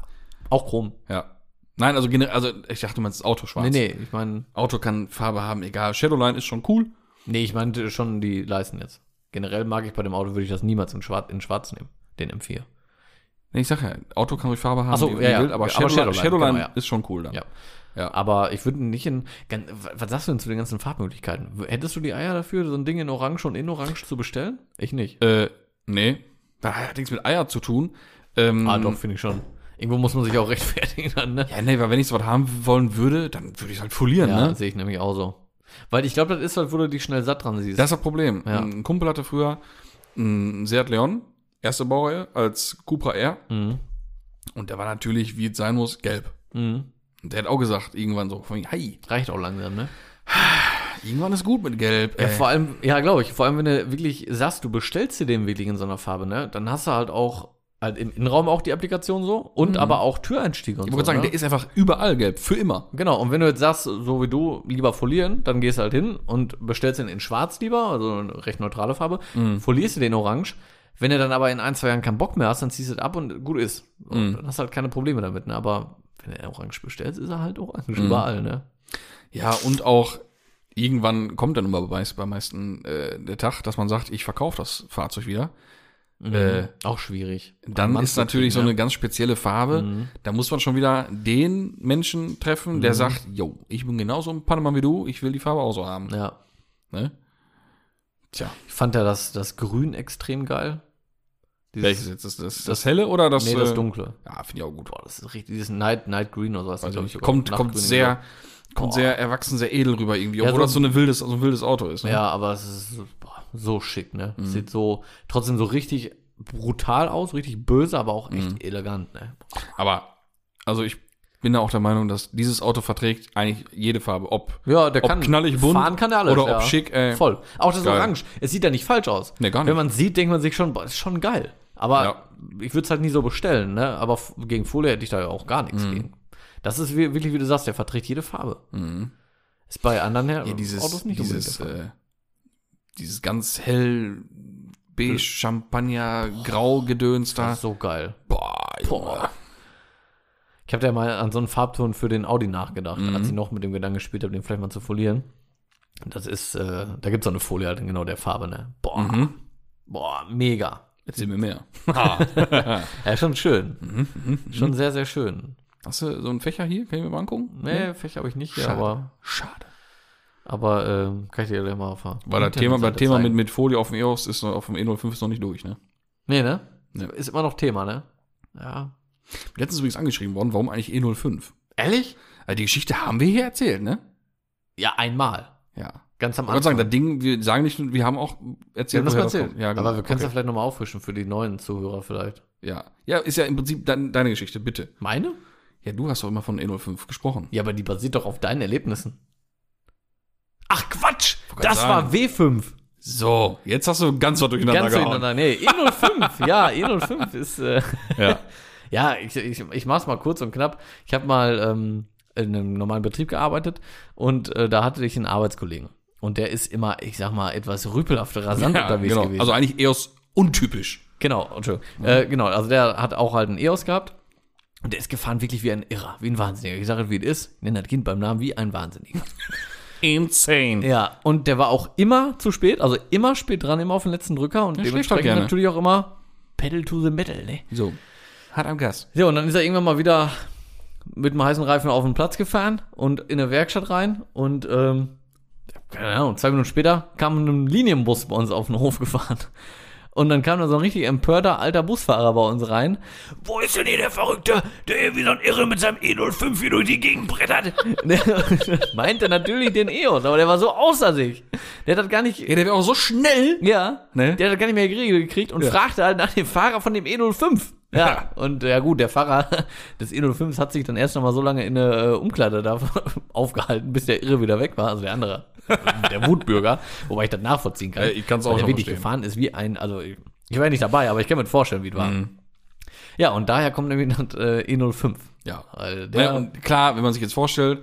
S2: auch Chrom.
S1: ja. Nein, also, gener- also ich dachte, man ist Auto schwarz.
S2: Nee, nee, ich meine,
S1: Auto kann Farbe haben, egal. Shadowline ist schon cool.
S2: nee, ich meinte schon die Leisten jetzt. Generell mag ich bei dem Auto, würde ich das niemals in Schwarz, in Schwarz nehmen, den M4.
S1: Nee, ich sag ja, Auto kann ruhig Farbe haben,
S2: Ach so,
S1: wie- wie
S2: ja, ja.
S1: will, aber
S2: Ja, aber
S1: Shadowline, Shadowline,
S2: Shadowline, genau, ja.
S1: ist schon cool dann.
S2: Ja.
S1: Ja.
S2: Aber ich würde nicht in. gan- Was sagst du denn zu den ganzen Farbmöglichkeiten? W- Hättest du die Eier dafür, so ein Ding in Orange und in Orange zu bestellen? Ich nicht.
S1: Äh, nee. Da hat nichts mit Eier zu tun. Ähm,
S2: Ah, doch, finde ich schon. Irgendwo muss man sich auch rechtfertigen dann, ne?
S1: Ja, nee, weil wenn ich sowas haben wollen würde, dann würde ich es halt folieren,
S2: Ja,
S1: ne?
S2: sehe ich nämlich auch so. Weil ich glaube, das ist halt, wo du dich schnell satt dran siehst.
S1: Das ist das Problem.
S2: Ja.
S1: Ein Kumpel hatte früher einen Seat Leon, erste Baureihe, als Cupra R.
S2: mhm.
S1: Und der war natürlich, wie es sein muss, gelb.
S2: Mhm.
S1: Und der hat auch gesagt, irgendwann so, von wegen, hey,
S2: Reicht auch langsam, ne?
S1: irgendwann ist gut mit gelb.
S2: Ja,
S1: ey.
S2: vor allem, ja, glaube ich, vor allem, wenn du wirklich sagst, du bestellst dir den wirklich in so einer Farbe, ne? Dann hast du halt auch halt im Innenraum auch die Applikation so und aber auch Türeinstiege und
S1: Mhm. ich
S2: so.
S1: wollte sagen,
S2: ne?
S1: der ist einfach überall gelb, für immer.
S2: Genau, und wenn du jetzt sagst, so wie du, lieber folieren, dann gehst du halt hin und bestellst den in schwarz lieber, also eine recht neutrale Farbe,
S1: Mhm.
S2: folierst du den orange. Wenn du dann aber in ein, zwei Jahren keinen Bock mehr hast, dann ziehst du es ab und gut ist. Und
S1: Mhm.
S2: Dann hast du halt keine Probleme damit, ne? Aber wenn du orange bestellst, ist er halt orange
S1: Mhm.
S2: überall, ne?
S1: Ja, und auch irgendwann kommt dann immer bei, bei meisten äh, der Tag, dass man sagt, ich verkaufe das Fahrzeug wieder. Äh,
S2: Auch schwierig.
S1: dann
S2: Mann
S1: ist
S2: zu
S1: natürlich so
S2: kriegen, Mhm.
S1: eine ganz spezielle Farbe. Da muss man schon wieder den Menschen treffen, der sagt, yo, ich bin genauso ein Panama wie du, ich will die Farbe auch so haben.
S2: ne? Ja.
S1: Ne? Tja,
S2: Ich fand ja das, das Grün extrem geil. Dieses-
S1: welches jetzt? Das, das, das helle oder das,
S2: Nee, das
S1: äh,
S2: Dunkle.
S1: Ja, finde ich auch gut.
S2: Boah, das ist richtig, dieses Night, Night Green oder sowas.
S1: Also,
S2: glaub ich, sogar.
S1: kommt
S2: Nachtgrün
S1: kommt
S2: oder
S1: sehr, kommt
S2: Boah.
S1: sehr erwachsen, sehr edel rüber irgendwie,
S2: Ja,
S1: obwohl
S2: so-
S1: das so, eine wildes, so ein wildes Auto ist. Ne?
S2: Ja, aber es ist boah, so schick, ne? Sieht so trotzdem so richtig brutal aus, richtig böse, aber auch echt elegant, ne?
S1: Aber, also ich bin da auch der Meinung, dass dieses Auto verträgt eigentlich jede Farbe. Ob,
S2: Ja, der
S1: ob
S2: kann
S1: knallig bunt
S2: fahren kann er alles,
S1: oder ob
S2: ja.
S1: schick. Äh,
S2: Voll. Auch das
S1: Geil.
S2: Orange. Es sieht ja nicht falsch aus.
S1: Nee, gar nicht.
S2: Wenn man sieht, denkt man sich schon, boah, ist schon geil. Aber
S1: Ja.
S2: ich würde es halt nie so bestellen, ne? Aber f- gegen Folie hätte ich da ja auch gar nichts gegen. Das ist wie- wirklich, wie du sagst, der verträgt jede Farbe. Ist bei anderen Her
S1: Ja, dieses,
S2: unbedingt
S1: dieses,
S2: der Fall.
S1: äh, dieses ganz hell beige Champagner Grau Gedöns
S2: Das
S1: da.
S2: ist so geil.
S1: Boah, Junge.
S2: Boah. Ich habe ja mal an so einen Farbton für den Audi nachgedacht,
S1: Mhm.
S2: als ich noch mit dem Gedanken gespielt habe, den vielleicht mal zu folieren. Das ist, äh, da gibt es so eine Folie halt in genau der Farbe, ne? Boah,
S1: Mhm. Hm?
S2: boah, mega.
S1: Erzähl mir mehr.
S2: Ja, schon schön.
S1: Mhm,
S2: Schon sehr, sehr schön.
S1: Hast du so einen Fächer hier? Kann ich mir mal angucken?
S2: Nee, vielleicht habe ich nicht, hier,
S1: Schade.
S2: aber,
S1: Schade.
S2: aber ähm, kann ich dir gleich mal auf der
S1: Weil das Thema, das
S2: Internetseite
S1: Thema mit,
S2: zeigen.
S1: mit Folie auf dem EOS ist noch, auf dem E05 ist noch nicht durch, ne?
S2: Nee, ne?
S1: Nee.
S2: Ist immer noch Thema, ne? Ja.
S1: Letztens übrigens angeschrieben worden, warum eigentlich E E05?
S2: Ehrlich?
S1: Also die Geschichte haben wir hier erzählt, ne?
S2: Ja, einmal.
S1: Ja.
S2: Ganz am
S1: Ich wollte sagen,
S2: Anfang.
S1: das Ding, wir sagen nicht, wir haben auch
S2: wir
S1: erzählt,
S2: haben das
S1: woher
S2: mal erzählt.
S1: kommt. Ja, genau.
S2: Aber wir können es ja
S1: okay.
S2: vielleicht nochmal auffrischen für die neuen Zuhörer vielleicht.
S1: ja. ja, ist ja im Prinzip dein, deine Geschichte, bitte.
S2: Meine?
S1: Ja, du hast doch immer von E05 gesprochen.
S2: Ja, aber die basiert doch auf deinen Erlebnissen. Ach Quatsch!
S1: Wollte
S2: Das
S1: gerade
S2: war W5.
S1: So, jetzt hast du ganz was durcheinander
S2: Ganz
S1: gehauen.
S2: durcheinander. Nee, E05. E ja, E05 ist. Äh,
S1: Ja.
S2: ja, ich, ich, ich mach's mal kurz und knapp. Ich habe mal ähm, in einem normalen Betrieb gearbeitet und äh, da hatte ich einen Arbeitskollegen. Und der ist immer, ich sag mal, etwas rüpelhaft rasant unterwegs
S1: genau.
S2: gewesen.
S1: Also Mhm. eigentlich EOS untypisch.
S2: Genau, Entschuldigung. Äh, genau, also der hat auch halt einen EOS gehabt. Und der ist gefahren wirklich wie ein Irrer, wie ein Wahnsinniger. Ich sage es, wie es ist. Ich nenne das Kind beim Namen wie ein Wahnsinniger.
S1: Insane.
S2: Ja, und der war auch immer zu spät, also immer spät dran, immer auf den letzten Drücker. Und
S1: schläft doch
S2: dementsprechend
S1: gerne.
S2: natürlich auch immer Pedal to the Metal, ne?
S1: So. Hart am Gas.
S2: So, und dann ist er irgendwann mal wieder mit einem heißen Reifen auf den Platz gefahren und in eine Werkstatt rein und ähm, keine Ahnung, zwei Minuten später kam ein Linienbus bei uns auf den Hof gefahren. Und dann kam da so ein richtig empörter alter Busfahrer bei uns rein. Wo ist denn hier der Verrückte, der hier wie so ein Irre mit seinem E05 hier durch die Gegend brettert? Der meinte natürlich den EOS, aber der war so außer sich. Der hat das gar nicht,
S1: Ja, der wäre auch so schnell.
S2: ja,
S1: Ne?
S2: der hat das gar nicht mehr geregelt gekriegt und
S1: Ja.
S2: fragte halt nach dem Fahrer von dem E05. Ja.
S1: Ja.
S2: Und ja gut, der Fahrer des E05 hat sich dann erst noch mal so lange in der äh, Umkleide da aufgehalten, bis der Irre wieder weg war, also der andere, der Wutbürger, wobei ich das nachvollziehen kann.
S1: Äh, ich kann's auch
S2: weil der
S1: noch
S2: wirklich
S1: verstehen.
S2: gefahren ist wie ein, also ich ich war ja nicht dabei, aber ich kann mir das vorstellen, wie es war.
S1: Mhm.
S2: Ja, und daher kommt nämlich das äh, E05.
S1: Ja.
S2: Also der,
S1: Ja, und klar, wenn man sich jetzt vorstellt,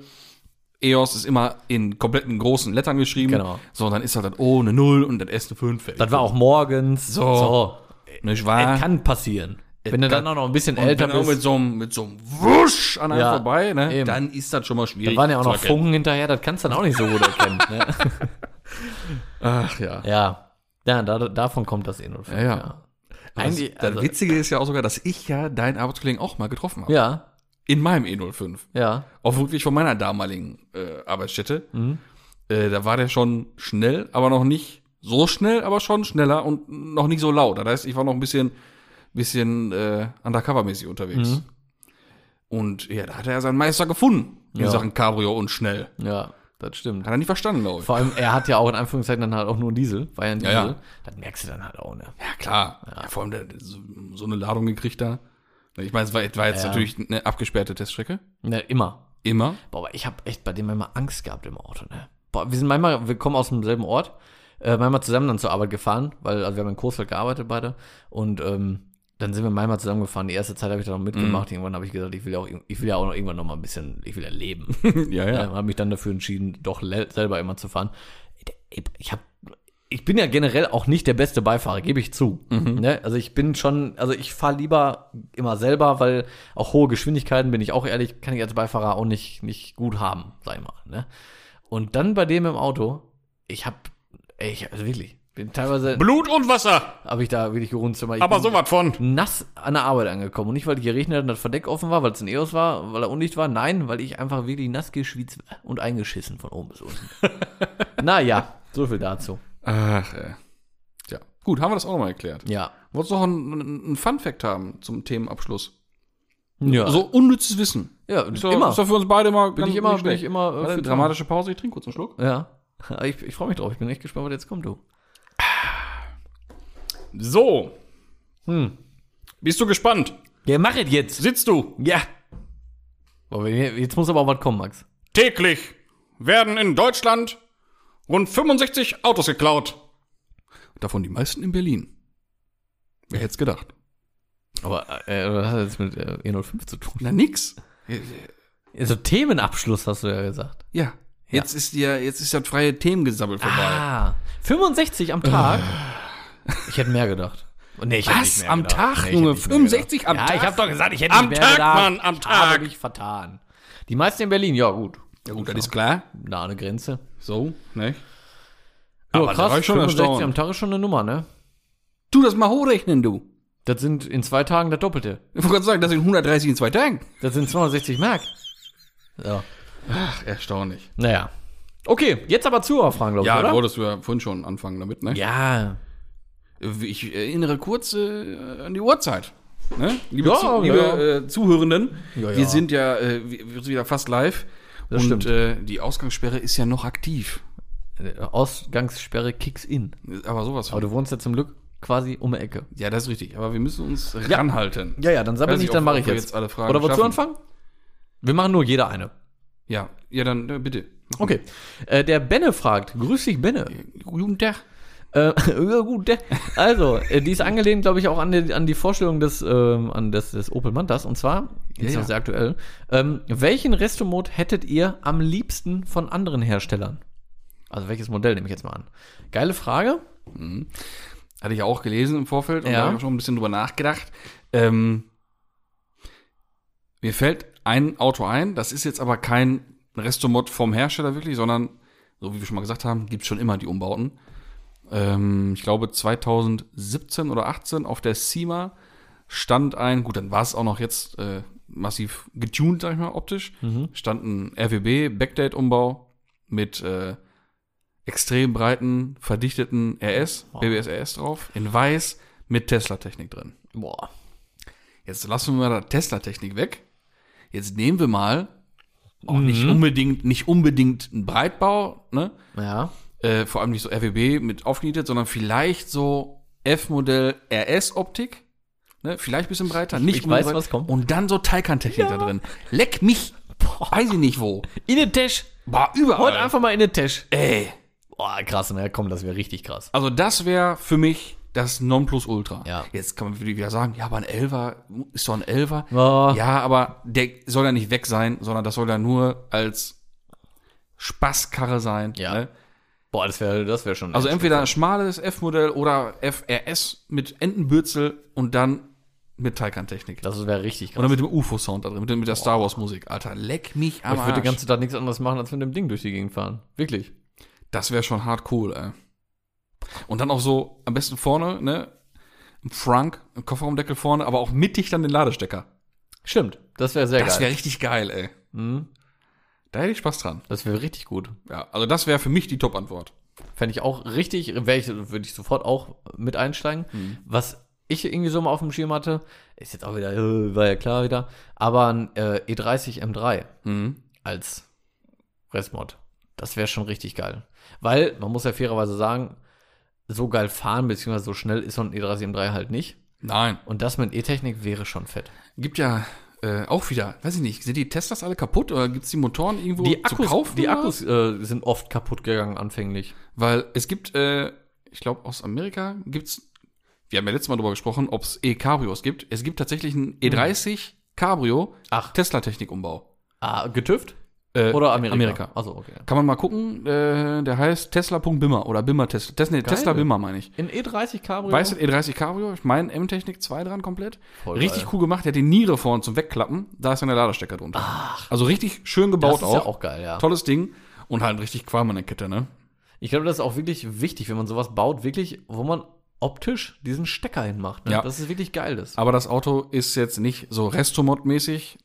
S1: EOS ist immer in kompletten großen Lettern geschrieben.
S2: Genau.
S1: So, dann ist halt das O eine 0 und das S eine 5.
S2: das war auch morgens.
S1: So.
S2: so.
S1: nicht wahr?
S2: Es kann passieren. Wenn du
S1: kann-
S2: dann auch noch ein bisschen
S1: Und
S2: älter
S1: wenn er
S2: bist.
S1: mit so einem, mit so einem Wusch an einem
S2: Ja,
S1: vorbei, ne,
S2: eben.
S1: dann ist das schon mal schwierig.
S2: Da waren ja auch
S1: zu
S2: noch
S1: erkennen.
S2: Funken hinterher, das kannst du dann auch nicht so gut erkennen. Ne?
S1: Ach ja.
S2: ja. Ja, da, davon kommt das E05.
S1: Ja, ja.
S2: Eigentlich,
S1: das
S2: also,
S1: Witzige ist ja auch sogar, dass ich ja deinen Arbeitskollegen auch mal getroffen habe.
S2: ja,
S1: In meinem E E05.
S2: ja.
S1: Auch wirklich von meiner damaligen äh, Arbeitsstätte.
S2: Mhm.
S1: Äh, da war der schon schnell, aber noch nicht so schnell, aber schon schneller und noch nicht so laut. Das heißt, ich war noch ein bisschen, bisschen äh, undercover-mäßig unterwegs.
S2: Mhm.
S1: Und ja, da hat er ja seinen Meister gefunden. In
S2: Ja.
S1: Sachen Cabrio und schnell.
S2: Ja, das stimmt.
S1: Hat er nicht verstanden, glaube ich.
S2: Vor allem, er hat ja auch in Anführungszeichen dann halt auch nur einen Diesel. War ja ein
S1: Ja,
S2: Diesel.
S1: ja.
S2: Das merkst du dann halt auch, ne?
S1: Ja, klar. Ja. Vor allem der, so, so eine Ladung gekriegt da. Ich meine, es war, es war jetzt
S2: Ja.
S1: natürlich eine abgesperrte Teststrecke.
S2: ne immer.
S1: Immer.
S2: Boah, aber ich habe echt bei dem manchmal Angst gehabt im Auto, ne? Boah, wir sind manchmal, wir kommen aus demselben Ort, äh, manchmal zusammen dann zur Arbeit gefahren, weil also wir haben in Kursfeld gearbeitet beide und ähm, dann sind wir manchmal zusammengefahren. Die erste Zeit habe ich da noch mitgemacht. Irgendwann habe ich gesagt, ich will ja auch, irg- ich will ja auch noch irgendwann noch mal ein bisschen, ich will ja leben.
S1: ja,
S2: Ja. habe Ähm, mich dann dafür entschieden, doch le- selber immer zu fahren. Ich habe ich bin ja generell auch nicht der beste Beifahrer, gebe ich zu. Ne? Also ich bin schon, also ich fahre lieber immer selber, weil auch hohe Geschwindigkeiten, bin ich auch ehrlich, kann ich als Beifahrer auch nicht, nicht gut haben, sag ich mal. Ne? Und dann bei dem im Auto, ich habe, ey, ich, also wirklich, bin teilweise
S1: Blut und Wasser.
S2: habe ich da wirklich gerunzt. Aber, ich
S1: Aber
S2: bin-
S1: sowas von.
S2: nass an der Arbeit angekommen. Und nicht, weil es geregnet hat und das Verdeck offen war, weil es ein EOS war, weil er undicht war. Nein, weil ich einfach wirklich nass geschwitzt war und eingeschissen von oben bis unten. naja, so viel dazu.
S1: Ach, äh. Ja. Gut, haben wir das auch nochmal erklärt.
S2: Ja.
S1: Wolltest du noch einen, einen Fun-Fact haben zum Themenabschluss?
S2: Ja,
S1: So unnützes Wissen.
S2: ja
S1: Ist doch-
S2: immer.
S1: Ist doch für uns beide mal
S2: bin ich immer, bin ich immer äh,
S1: Warte,
S2: für-
S1: dramatische Pause, ich trinke kurz einen Schluck.
S2: Ja. Ah, Ich, ich freue mich drauf. Ich bin echt gespannt, was jetzt kommt, du.
S1: So. Hm. Bist du gespannt?
S2: Ja, mach es jetzt.
S1: Sitzt du?
S2: Ja. Aber jetzt muss aber auch was kommen, Max.
S1: Täglich werden in Deutschland rund 65 Autos geklaut. Davon die meisten in Berlin. Wer hätte es gedacht?
S2: Aber äh, was hat das jetzt mit äh, E05 zu tun?
S1: Na nix.
S2: Also Themenabschluss hast du ja gesagt.
S1: Ja. Jetzt ist ja, jetzt ist das freie Themengesammel vorbei.
S2: Ah, 65 am Tag? Ich hätte mehr gedacht. Nee, ich hätte
S1: Was?
S2: nicht mehr
S1: Am
S2: gedacht.
S1: Tag,
S2: nee, ich
S1: Junge?
S2: hätte nicht mehr
S1: 65
S2: gedacht.
S1: am
S2: ja,
S1: Tag?
S2: ich habe doch gesagt, ich hätte
S1: Am
S2: nicht mehr
S1: Tag,
S2: gedacht.
S1: Mann, am
S2: Ich habe
S1: Tag.
S2: mich vertan. Die meisten in Berlin, ja gut.
S1: Ja gut, das ist klar.
S2: Nah an der Grenze.
S1: So, ne?
S2: Ja,
S1: Aber da war ich schon erstaunt.
S2: am Tag ist schon eine Nummer, ne?
S1: Tu das mal hochrechnen, du.
S2: Das sind in zwei Tagen das Doppelte.
S1: Ich wollte gerade sagen, das sind 130 in zwei Tagen.
S2: Das sind 260 Mark. So.
S1: Ach, erstaunlich.
S2: Naja. Okay, jetzt aber Zuhörerfragen, glaube ich,
S1: Ja,
S2: oder?
S1: da wolltest du ja vorhin schon anfangen damit, ne?
S2: ja.
S1: Ich erinnere kurz äh, an die Uhrzeit. Ne? Liebe,
S2: Ja,
S1: Zu liebe
S2: ja.
S1: Äh, Zuhörenden,
S2: Ja, ja.
S1: wir sind ja äh, wir wir sind wieder fast live.
S2: Das
S1: und
S2: stimmt.
S1: äh, die Ausgangssperre ist ja noch aktiv.
S2: Äh, Ausgangssperre kicks in.
S1: Aber sowas
S2: Aber
S1: von.
S2: du wohnst ja zum Glück quasi um die Ecke.
S1: Ja, das ist richtig. Aber wir müssen uns ranhalten.
S2: Ja, ja, dann sammle
S1: Weiß
S2: ich,
S1: nicht,
S2: dann
S1: ob-
S2: mache
S1: ob
S2: ich
S1: wir
S2: jetzt.
S1: jetzt alle Fragen
S2: Oder wolltest du
S1: schaffen.
S2: anfangen? Wir machen nur jeder eine.
S1: Ja, ja dann äh, bitte.
S2: Okay. Äh, der Benne fragt, grüß dich Benne.
S1: Guten Tag.
S2: Äh, ja, gut, der- also, äh, die ist angelehnt, glaube ich, auch an die, an die Vorstellung des, ähm, an des, des Opel Mantas. Und zwar, die ist
S1: Ja,
S2: ja.
S1: ja.
S2: sehr aktuell, ähm, welchen Restomod hättet ihr am liebsten von anderen Herstellern? Also welches Modell nehme ich jetzt mal an? Geile Frage.
S1: Hatte ich ja auch gelesen im Vorfeld und
S2: Ja.
S1: da habe ich auch schon ein bisschen drüber nachgedacht. Ähm, mir fällt ein Auto ein, das ist jetzt aber kein Restomod vom Hersteller wirklich, sondern, so wie wir schon mal gesagt haben, gibt es schon immer die Umbauten. Ähm, ich glaube 2017 oder 18 auf der SEMA stand ein, gut, dann war es auch noch jetzt äh, massiv getuned, sag ich mal, optisch, stand ein RWB Backdate-Umbau mit äh, extrem breiten, verdichteten RS, BBS RS drauf, in weiß mit Tesla-Technik drin.
S2: Boah.
S1: Jetzt lassen wir mal da Tesla-Technik weg. Jetzt nehmen wir mal auch
S2: Mhm.
S1: nicht unbedingt, nicht unbedingt einen Breitbau, ne?
S2: Ja.
S1: Äh, vor allem nicht so RWB mit aufgenietet, sondern vielleicht so F-Modell RS-Optik. Ne? Vielleicht ein bisschen breiter, nicht
S2: ich weiß,
S1: unbreit-
S2: was kommt.
S1: Und dann so Taycan-Technik da drin. Leck mich! Weiß ich nicht wo.
S2: In den Tisch.
S1: War
S2: Heute
S1: überall.
S2: einfach mal in den Tisch.
S1: Ey.
S2: Boah, krass, ne? Komm, das wäre richtig krass.
S1: Also das wäre für mich das Nonplusultra.
S2: Ja.
S1: Jetzt kann man wieder sagen, ja, aber ein Elfer ist doch ein Elfer.
S2: Ja.
S1: Ja, aber der soll ja nicht weg sein, sondern das soll ja nur als Spaßkarre sein.
S2: Ja.
S1: Ne?
S2: Boah, das wäre das wär schon.
S1: Also entweder ein schmales F-Modell oder FRS mit Entenbürzel und dann mit Taycan-Technik.
S2: das wäre richtig krass.
S1: Oder mit dem UFO-Sound da drin, mit, dem- mit der Star Wars-Musik. Alter, leck mich am
S2: Ich würde den
S1: Arsch.
S2: ganzen Tag nichts anderes machen, als mit dem Ding durch die Gegend fahren. Wirklich.
S1: Das wäre schon hart cool, ey. Und dann auch so, am besten vorne, ne? Ein Frank, ein Kofferraumdeckel vorne, aber auch mittig dann den Ladestecker.
S2: Stimmt. Das wäre sehr
S1: Das
S2: geil.
S1: wäre richtig geil, ey.
S2: Mhm.
S1: Da hätte ich Spaß dran.
S2: Das wäre richtig gut.
S1: Ja, also das wäre für mich die Top-Antwort.
S2: Fände ich auch richtig, wär ich, würde ich sofort auch mit einsteigen.
S1: Mhm.
S2: Was ich irgendwie so mal auf dem Schirm hatte, ist jetzt auch wieder, äh, war ja klar wieder, aber ein äh, E30 M3
S1: Mhm.
S2: als Restmod. Das wäre schon richtig geil. Weil, man muss ja fairerweise sagen, so geil fahren, beziehungsweise so schnell ist so ein E30 M3 halt nicht.
S1: Nein.
S2: Und das mit E-Technik wäre schon fett.
S1: Gibt ja äh, auch wieder, weiß ich nicht, sind die Teslas alle kaputt oder gibt es die Motoren irgendwo zu kaufen?
S2: die
S1: oder
S2: Akkus äh, sind oft kaputt gegangen anfänglich.
S1: was? Weil es gibt, äh, ich glaube aus Amerika gibt's, wir haben ja letztes Mal drüber gesprochen, ob es E-Cabrios gibt. Es gibt tatsächlich einen E30 Cabrio
S2: Ach.
S1: Tesla-Technik-Umbau.
S2: Ah, getüft?
S1: Äh,
S2: Oder Amerika?
S1: Amerika.
S2: Also okay.
S1: Kann man mal gucken, äh, der heißt Tesla.bimmer oder Bimmer Tesla. Tesla, nee,
S2: Geil.
S1: Tesla Bimmer meine ich.
S2: In E30 Cabrio.
S1: Weißt du, E30 Cabrio, ich meine M-Technik 2 dran komplett.
S2: Voll
S1: richtig
S2: geil.
S1: cool gemacht, der hat die Niere vorne zum Wegklappen, da ist dann der Ladestecker drunter. Also richtig schön gebaut
S2: das ist
S1: auch.
S2: ja auch geil, ja.
S1: Tolles Ding und halt richtig Qualm an der Kette, ne?
S2: Ich glaube, das ist auch wirklich wichtig, wenn man sowas baut, wirklich, wo man optisch diesen Stecker hinmacht. Ne?
S1: Ja. Ah.
S2: Das ist wirklich geil. Das.
S1: Aber das Auto ist jetzt nicht so Restomod-mäßig,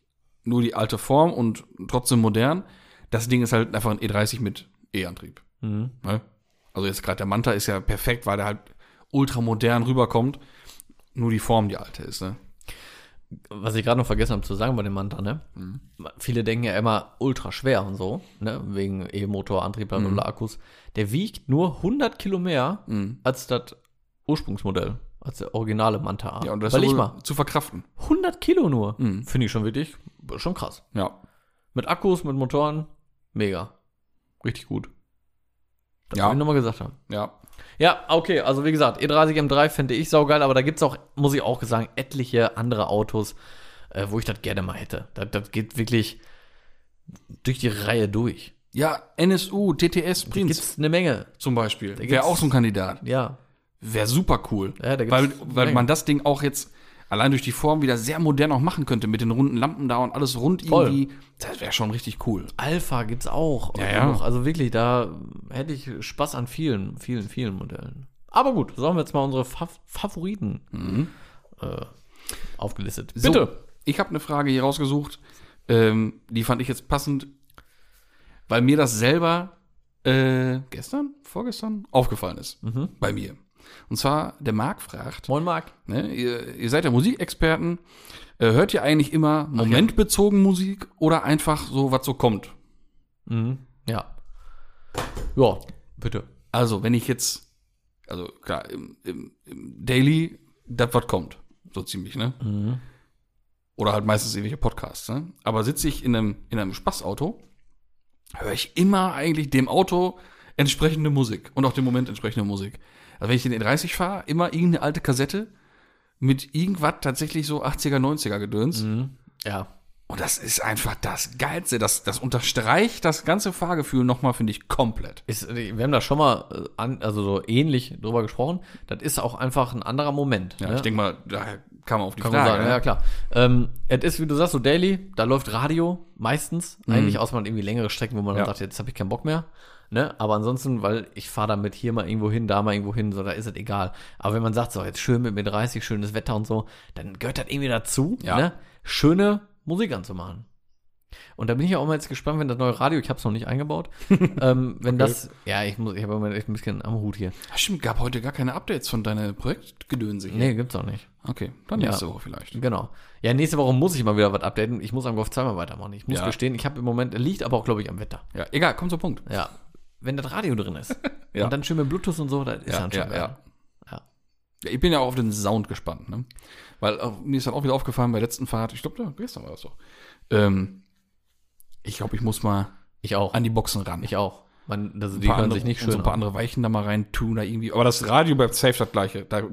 S1: nur die alte Form und trotzdem modern. Das Ding ist halt einfach ein E30 mit E-Antrieb.
S2: Mhm.
S1: Ne? Also jetzt gerade der Manta ist ja perfekt, weil der halt ultramodern rüberkommt. Nur die Form, die alte ist, ne?
S2: was ich gerade noch vergessen habe zu sagen bei dem Manta, ne? Viele denken ja immer ultra schwer und so, ne? Wegen E-Motor, Antrieb, bla, bla, bla, Akkus. Der wiegt nur 100 Kilo mehr
S1: Mhm.
S2: als das Ursprungsmodell, als der originale Manta. A.
S1: Ja, und das Mhm.
S2: Weil
S1: ist
S2: ich
S1: wohl
S2: mal,
S1: zu verkraften.
S2: 100 Kilo nur. Finde ich schon wirklich, schon krass.
S1: Ja.
S2: Mit Akkus, mit Motoren, mega. Richtig gut. Das
S1: Ja.
S2: wollte ich nochmal gesagt haben.
S1: Ja.
S2: Ja, okay, also wie gesagt, E30 M3 fände ich saugeil, aber da gibt's auch, muss ich auch sagen, etliche andere Autos, äh, wo ich das gerne mal hätte. Das, das geht wirklich durch die Reihe durch.
S1: Ja, NSU, TTS,
S2: Da
S1: Prinz
S2: gibt's eine Menge,
S1: zum Beispiel.
S2: gibt's-
S1: Wäre auch so ein Kandidat.
S2: ja.
S1: Wäre super cool.
S2: Ja, da gibt's
S1: weil weil
S2: Menge.
S1: man das Ding auch jetzt allein durch die Form wieder sehr modern auch machen könnte. Mit den runden Lampen da und alles rund
S2: Voll.
S1: irgendwie. Das wäre schon richtig cool.
S2: Alpha gibt's auch.
S1: Ja, ja.
S2: Genug. Also wirklich, da hätte ich Spaß an vielen, vielen, vielen Modellen. Aber gut, so haben wir jetzt mal unsere Fav Favoriten äh, aufgelistet.
S1: Mhm. So, ich habe eine Frage hier rausgesucht. Ähm, die fand ich jetzt passend, weil mir das selber äh, gestern, vorgestern aufgefallen ist. Bei mir. Und zwar, der Marc fragt,
S2: Moin Marc.
S1: ne, ihr, ihr seid ja Musikexperten, äh, hört ihr eigentlich immer momentbezogen Musik oder einfach so, was so kommt?
S2: Mhm. Ja. Ja, bitte.
S1: Also, wenn ich jetzt, also klar, im, im, im Daily, das was kommt, so ziemlich, ne?
S2: Mhm.
S1: Oder halt meistens irgendwelche Podcasts, ne? Aber sitze ich in einem, in einem Spaßauto, höre ich immer eigentlich dem Auto entsprechende Musik und auch dem Moment entsprechende Musik. Also wenn ich in den 30 fahre, immer irgendeine alte Kassette mit irgendwas tatsächlich so 80er, 90er Gedöns.
S2: Mhm. Ja.
S1: Und das ist einfach das Geilste. Das, das unterstreicht das ganze Fahrgefühl nochmal, finde ich, komplett.
S2: Ist, wir haben da schon mal äh, an, also so ähnlich drüber gesprochen. Das ist auch einfach ein anderer Moment.
S1: Ja,
S2: ne?
S1: ich denke mal, daher kam man auf die
S2: Kann man
S1: Frage.
S2: sagen,
S1: ne?
S2: ja klar. Ähm, Es ist, wie du sagst, so Daily, da läuft Radio meistens, eigentlich außer man hat irgendwie längere Strecken, wo man dann
S1: Mhm. Ja.
S2: sagt, jetzt habe ich keinen Bock mehr. Ne? Aber ansonsten, weil ich fahre damit hier mal irgendwo hin, da mal irgendwo hin, so, da ist es egal. Aber wenn man sagt, so jetzt schön mit mir 30, schönes Wetter und so, dann gehört das irgendwie dazu,
S1: Ja.
S2: ne? schöne Musik anzumachen. Und da bin ich ja auch mal jetzt gespannt, wenn das neue Radio, ich habe es noch nicht eingebaut, ähm, wenn das, ja, ich muss, ich habe im Moment echt ein bisschen am Hut hier.
S1: Ach, Ah, stimmt, gab heute gar keine Updates von deiner Projektgedönse hier.
S2: Nee, gibt's auch nicht.
S1: Okay, dann
S2: Ja.
S1: nächste Woche vielleicht.
S2: Genau. Ja, nächste Woche muss ich mal wieder was updaten. Ich muss am Golf zweimal weitermachen. Ich muss
S1: Ja.
S2: gestehen, ich habe im Moment, liegt aber auch, glaube ich, am Wetter.
S1: Ja, egal, komm zum Punkt.
S2: Ja. Wenn das Radio drin ist.
S1: Ja.
S2: Und dann schön mit Bluetooth und so, das ist
S1: Ja,
S2: dann schon
S1: ja,
S2: geil.
S1: ja.
S2: Ja.
S1: Ja, ich bin ja auch auf den Sound gespannt, ne? Weil auch, mir ist dann auch wieder aufgefallen bei der letzten Fahrt, ich glaube, da gestern war das so. Ähm, ich glaube, ich muss mal
S2: Ich auch.
S1: an die Boxen ran.
S2: Ich auch. Man, also
S1: Ein
S2: die
S1: paar
S2: hören
S1: andere-
S2: sich nicht
S1: und so
S2: schön
S1: ein paar
S2: an.
S1: andere Weichen da mal rein tun, da irgendwie. Aber das Radio bleibt safe das gleiche. Da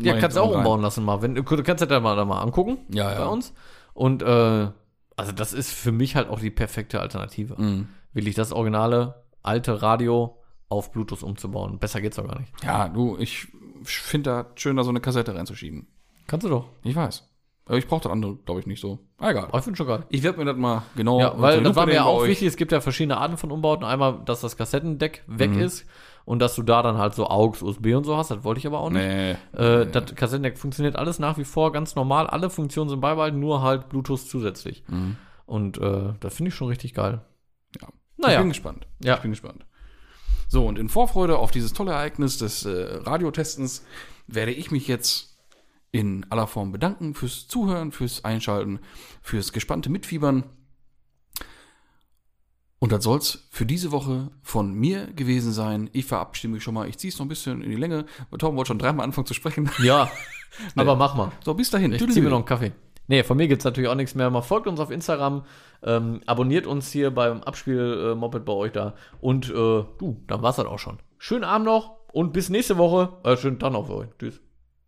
S2: Ja, kannst du auch
S1: rein.
S2: umbauen lassen mal. Wenn, du kannst das dann mal, dann mal angucken
S1: Ja,
S2: bei
S1: ja.
S2: uns. Und äh, also das ist für mich halt auch die perfekte Alternative.
S1: Mhm.
S2: Will ich das originale, alte Radio auf Bluetooth umzubauen. Besser geht's doch gar nicht.
S1: Ja, du, ich finde da schön, da so eine Kassette reinzuschieben.
S2: Kannst du doch.
S1: Ich weiß. Aber ich brauche das andere, glaube ich, nicht so. Ah, egal.
S2: Oh, ich finde schon geil.
S1: Ich werde mir das mal genau.
S2: Ja, weil das war mir auch
S1: wichtig.
S2: wichtig, es gibt ja verschiedene Arten von Umbauten. Einmal, dass das Kassettendeck weg
S1: Mhm.
S2: ist und dass du da dann halt so AUX, USB und so hast, das wollte ich aber auch nicht.
S1: Nee.
S2: Äh, Das Kassettendeck funktioniert alles nach wie vor ganz normal, alle Funktionen sind beibehalten, nur halt Bluetooth zusätzlich.
S1: Mhm.
S2: Und äh, das finde ich schon richtig geil.
S1: Ja. Ich
S2: Naja,
S1: bin gespannt.
S2: Ja.
S1: Ich bin gespannt. So, und in Vorfreude auf dieses tolle Ereignis des äh, Radiotestens werde ich mich jetzt in aller Form bedanken fürs Zuhören, fürs Einschalten, fürs gespannte Mitfiebern. Und das soll's für diese Woche von mir gewesen sein. Ich verabschiede mich schon mal. Ich ziehe es noch ein bisschen in die Länge. Tom wollte schon dreimal anfangen zu sprechen.
S2: ja, aber mach mal.
S1: So, bis dahin.
S2: Ich ziehe mir noch einen Kaffee. Nee, von mir gibt es natürlich auch nichts mehr. Mal folgt uns auf Instagram, ähm, abonniert uns hier beim Abspiel-Moped bei euch da. Und äh, du, dann war's das auch schon. Äh, Schönen Abend noch und bis nächste Woche. Äh, schönen Tag noch für euch. Tschüss.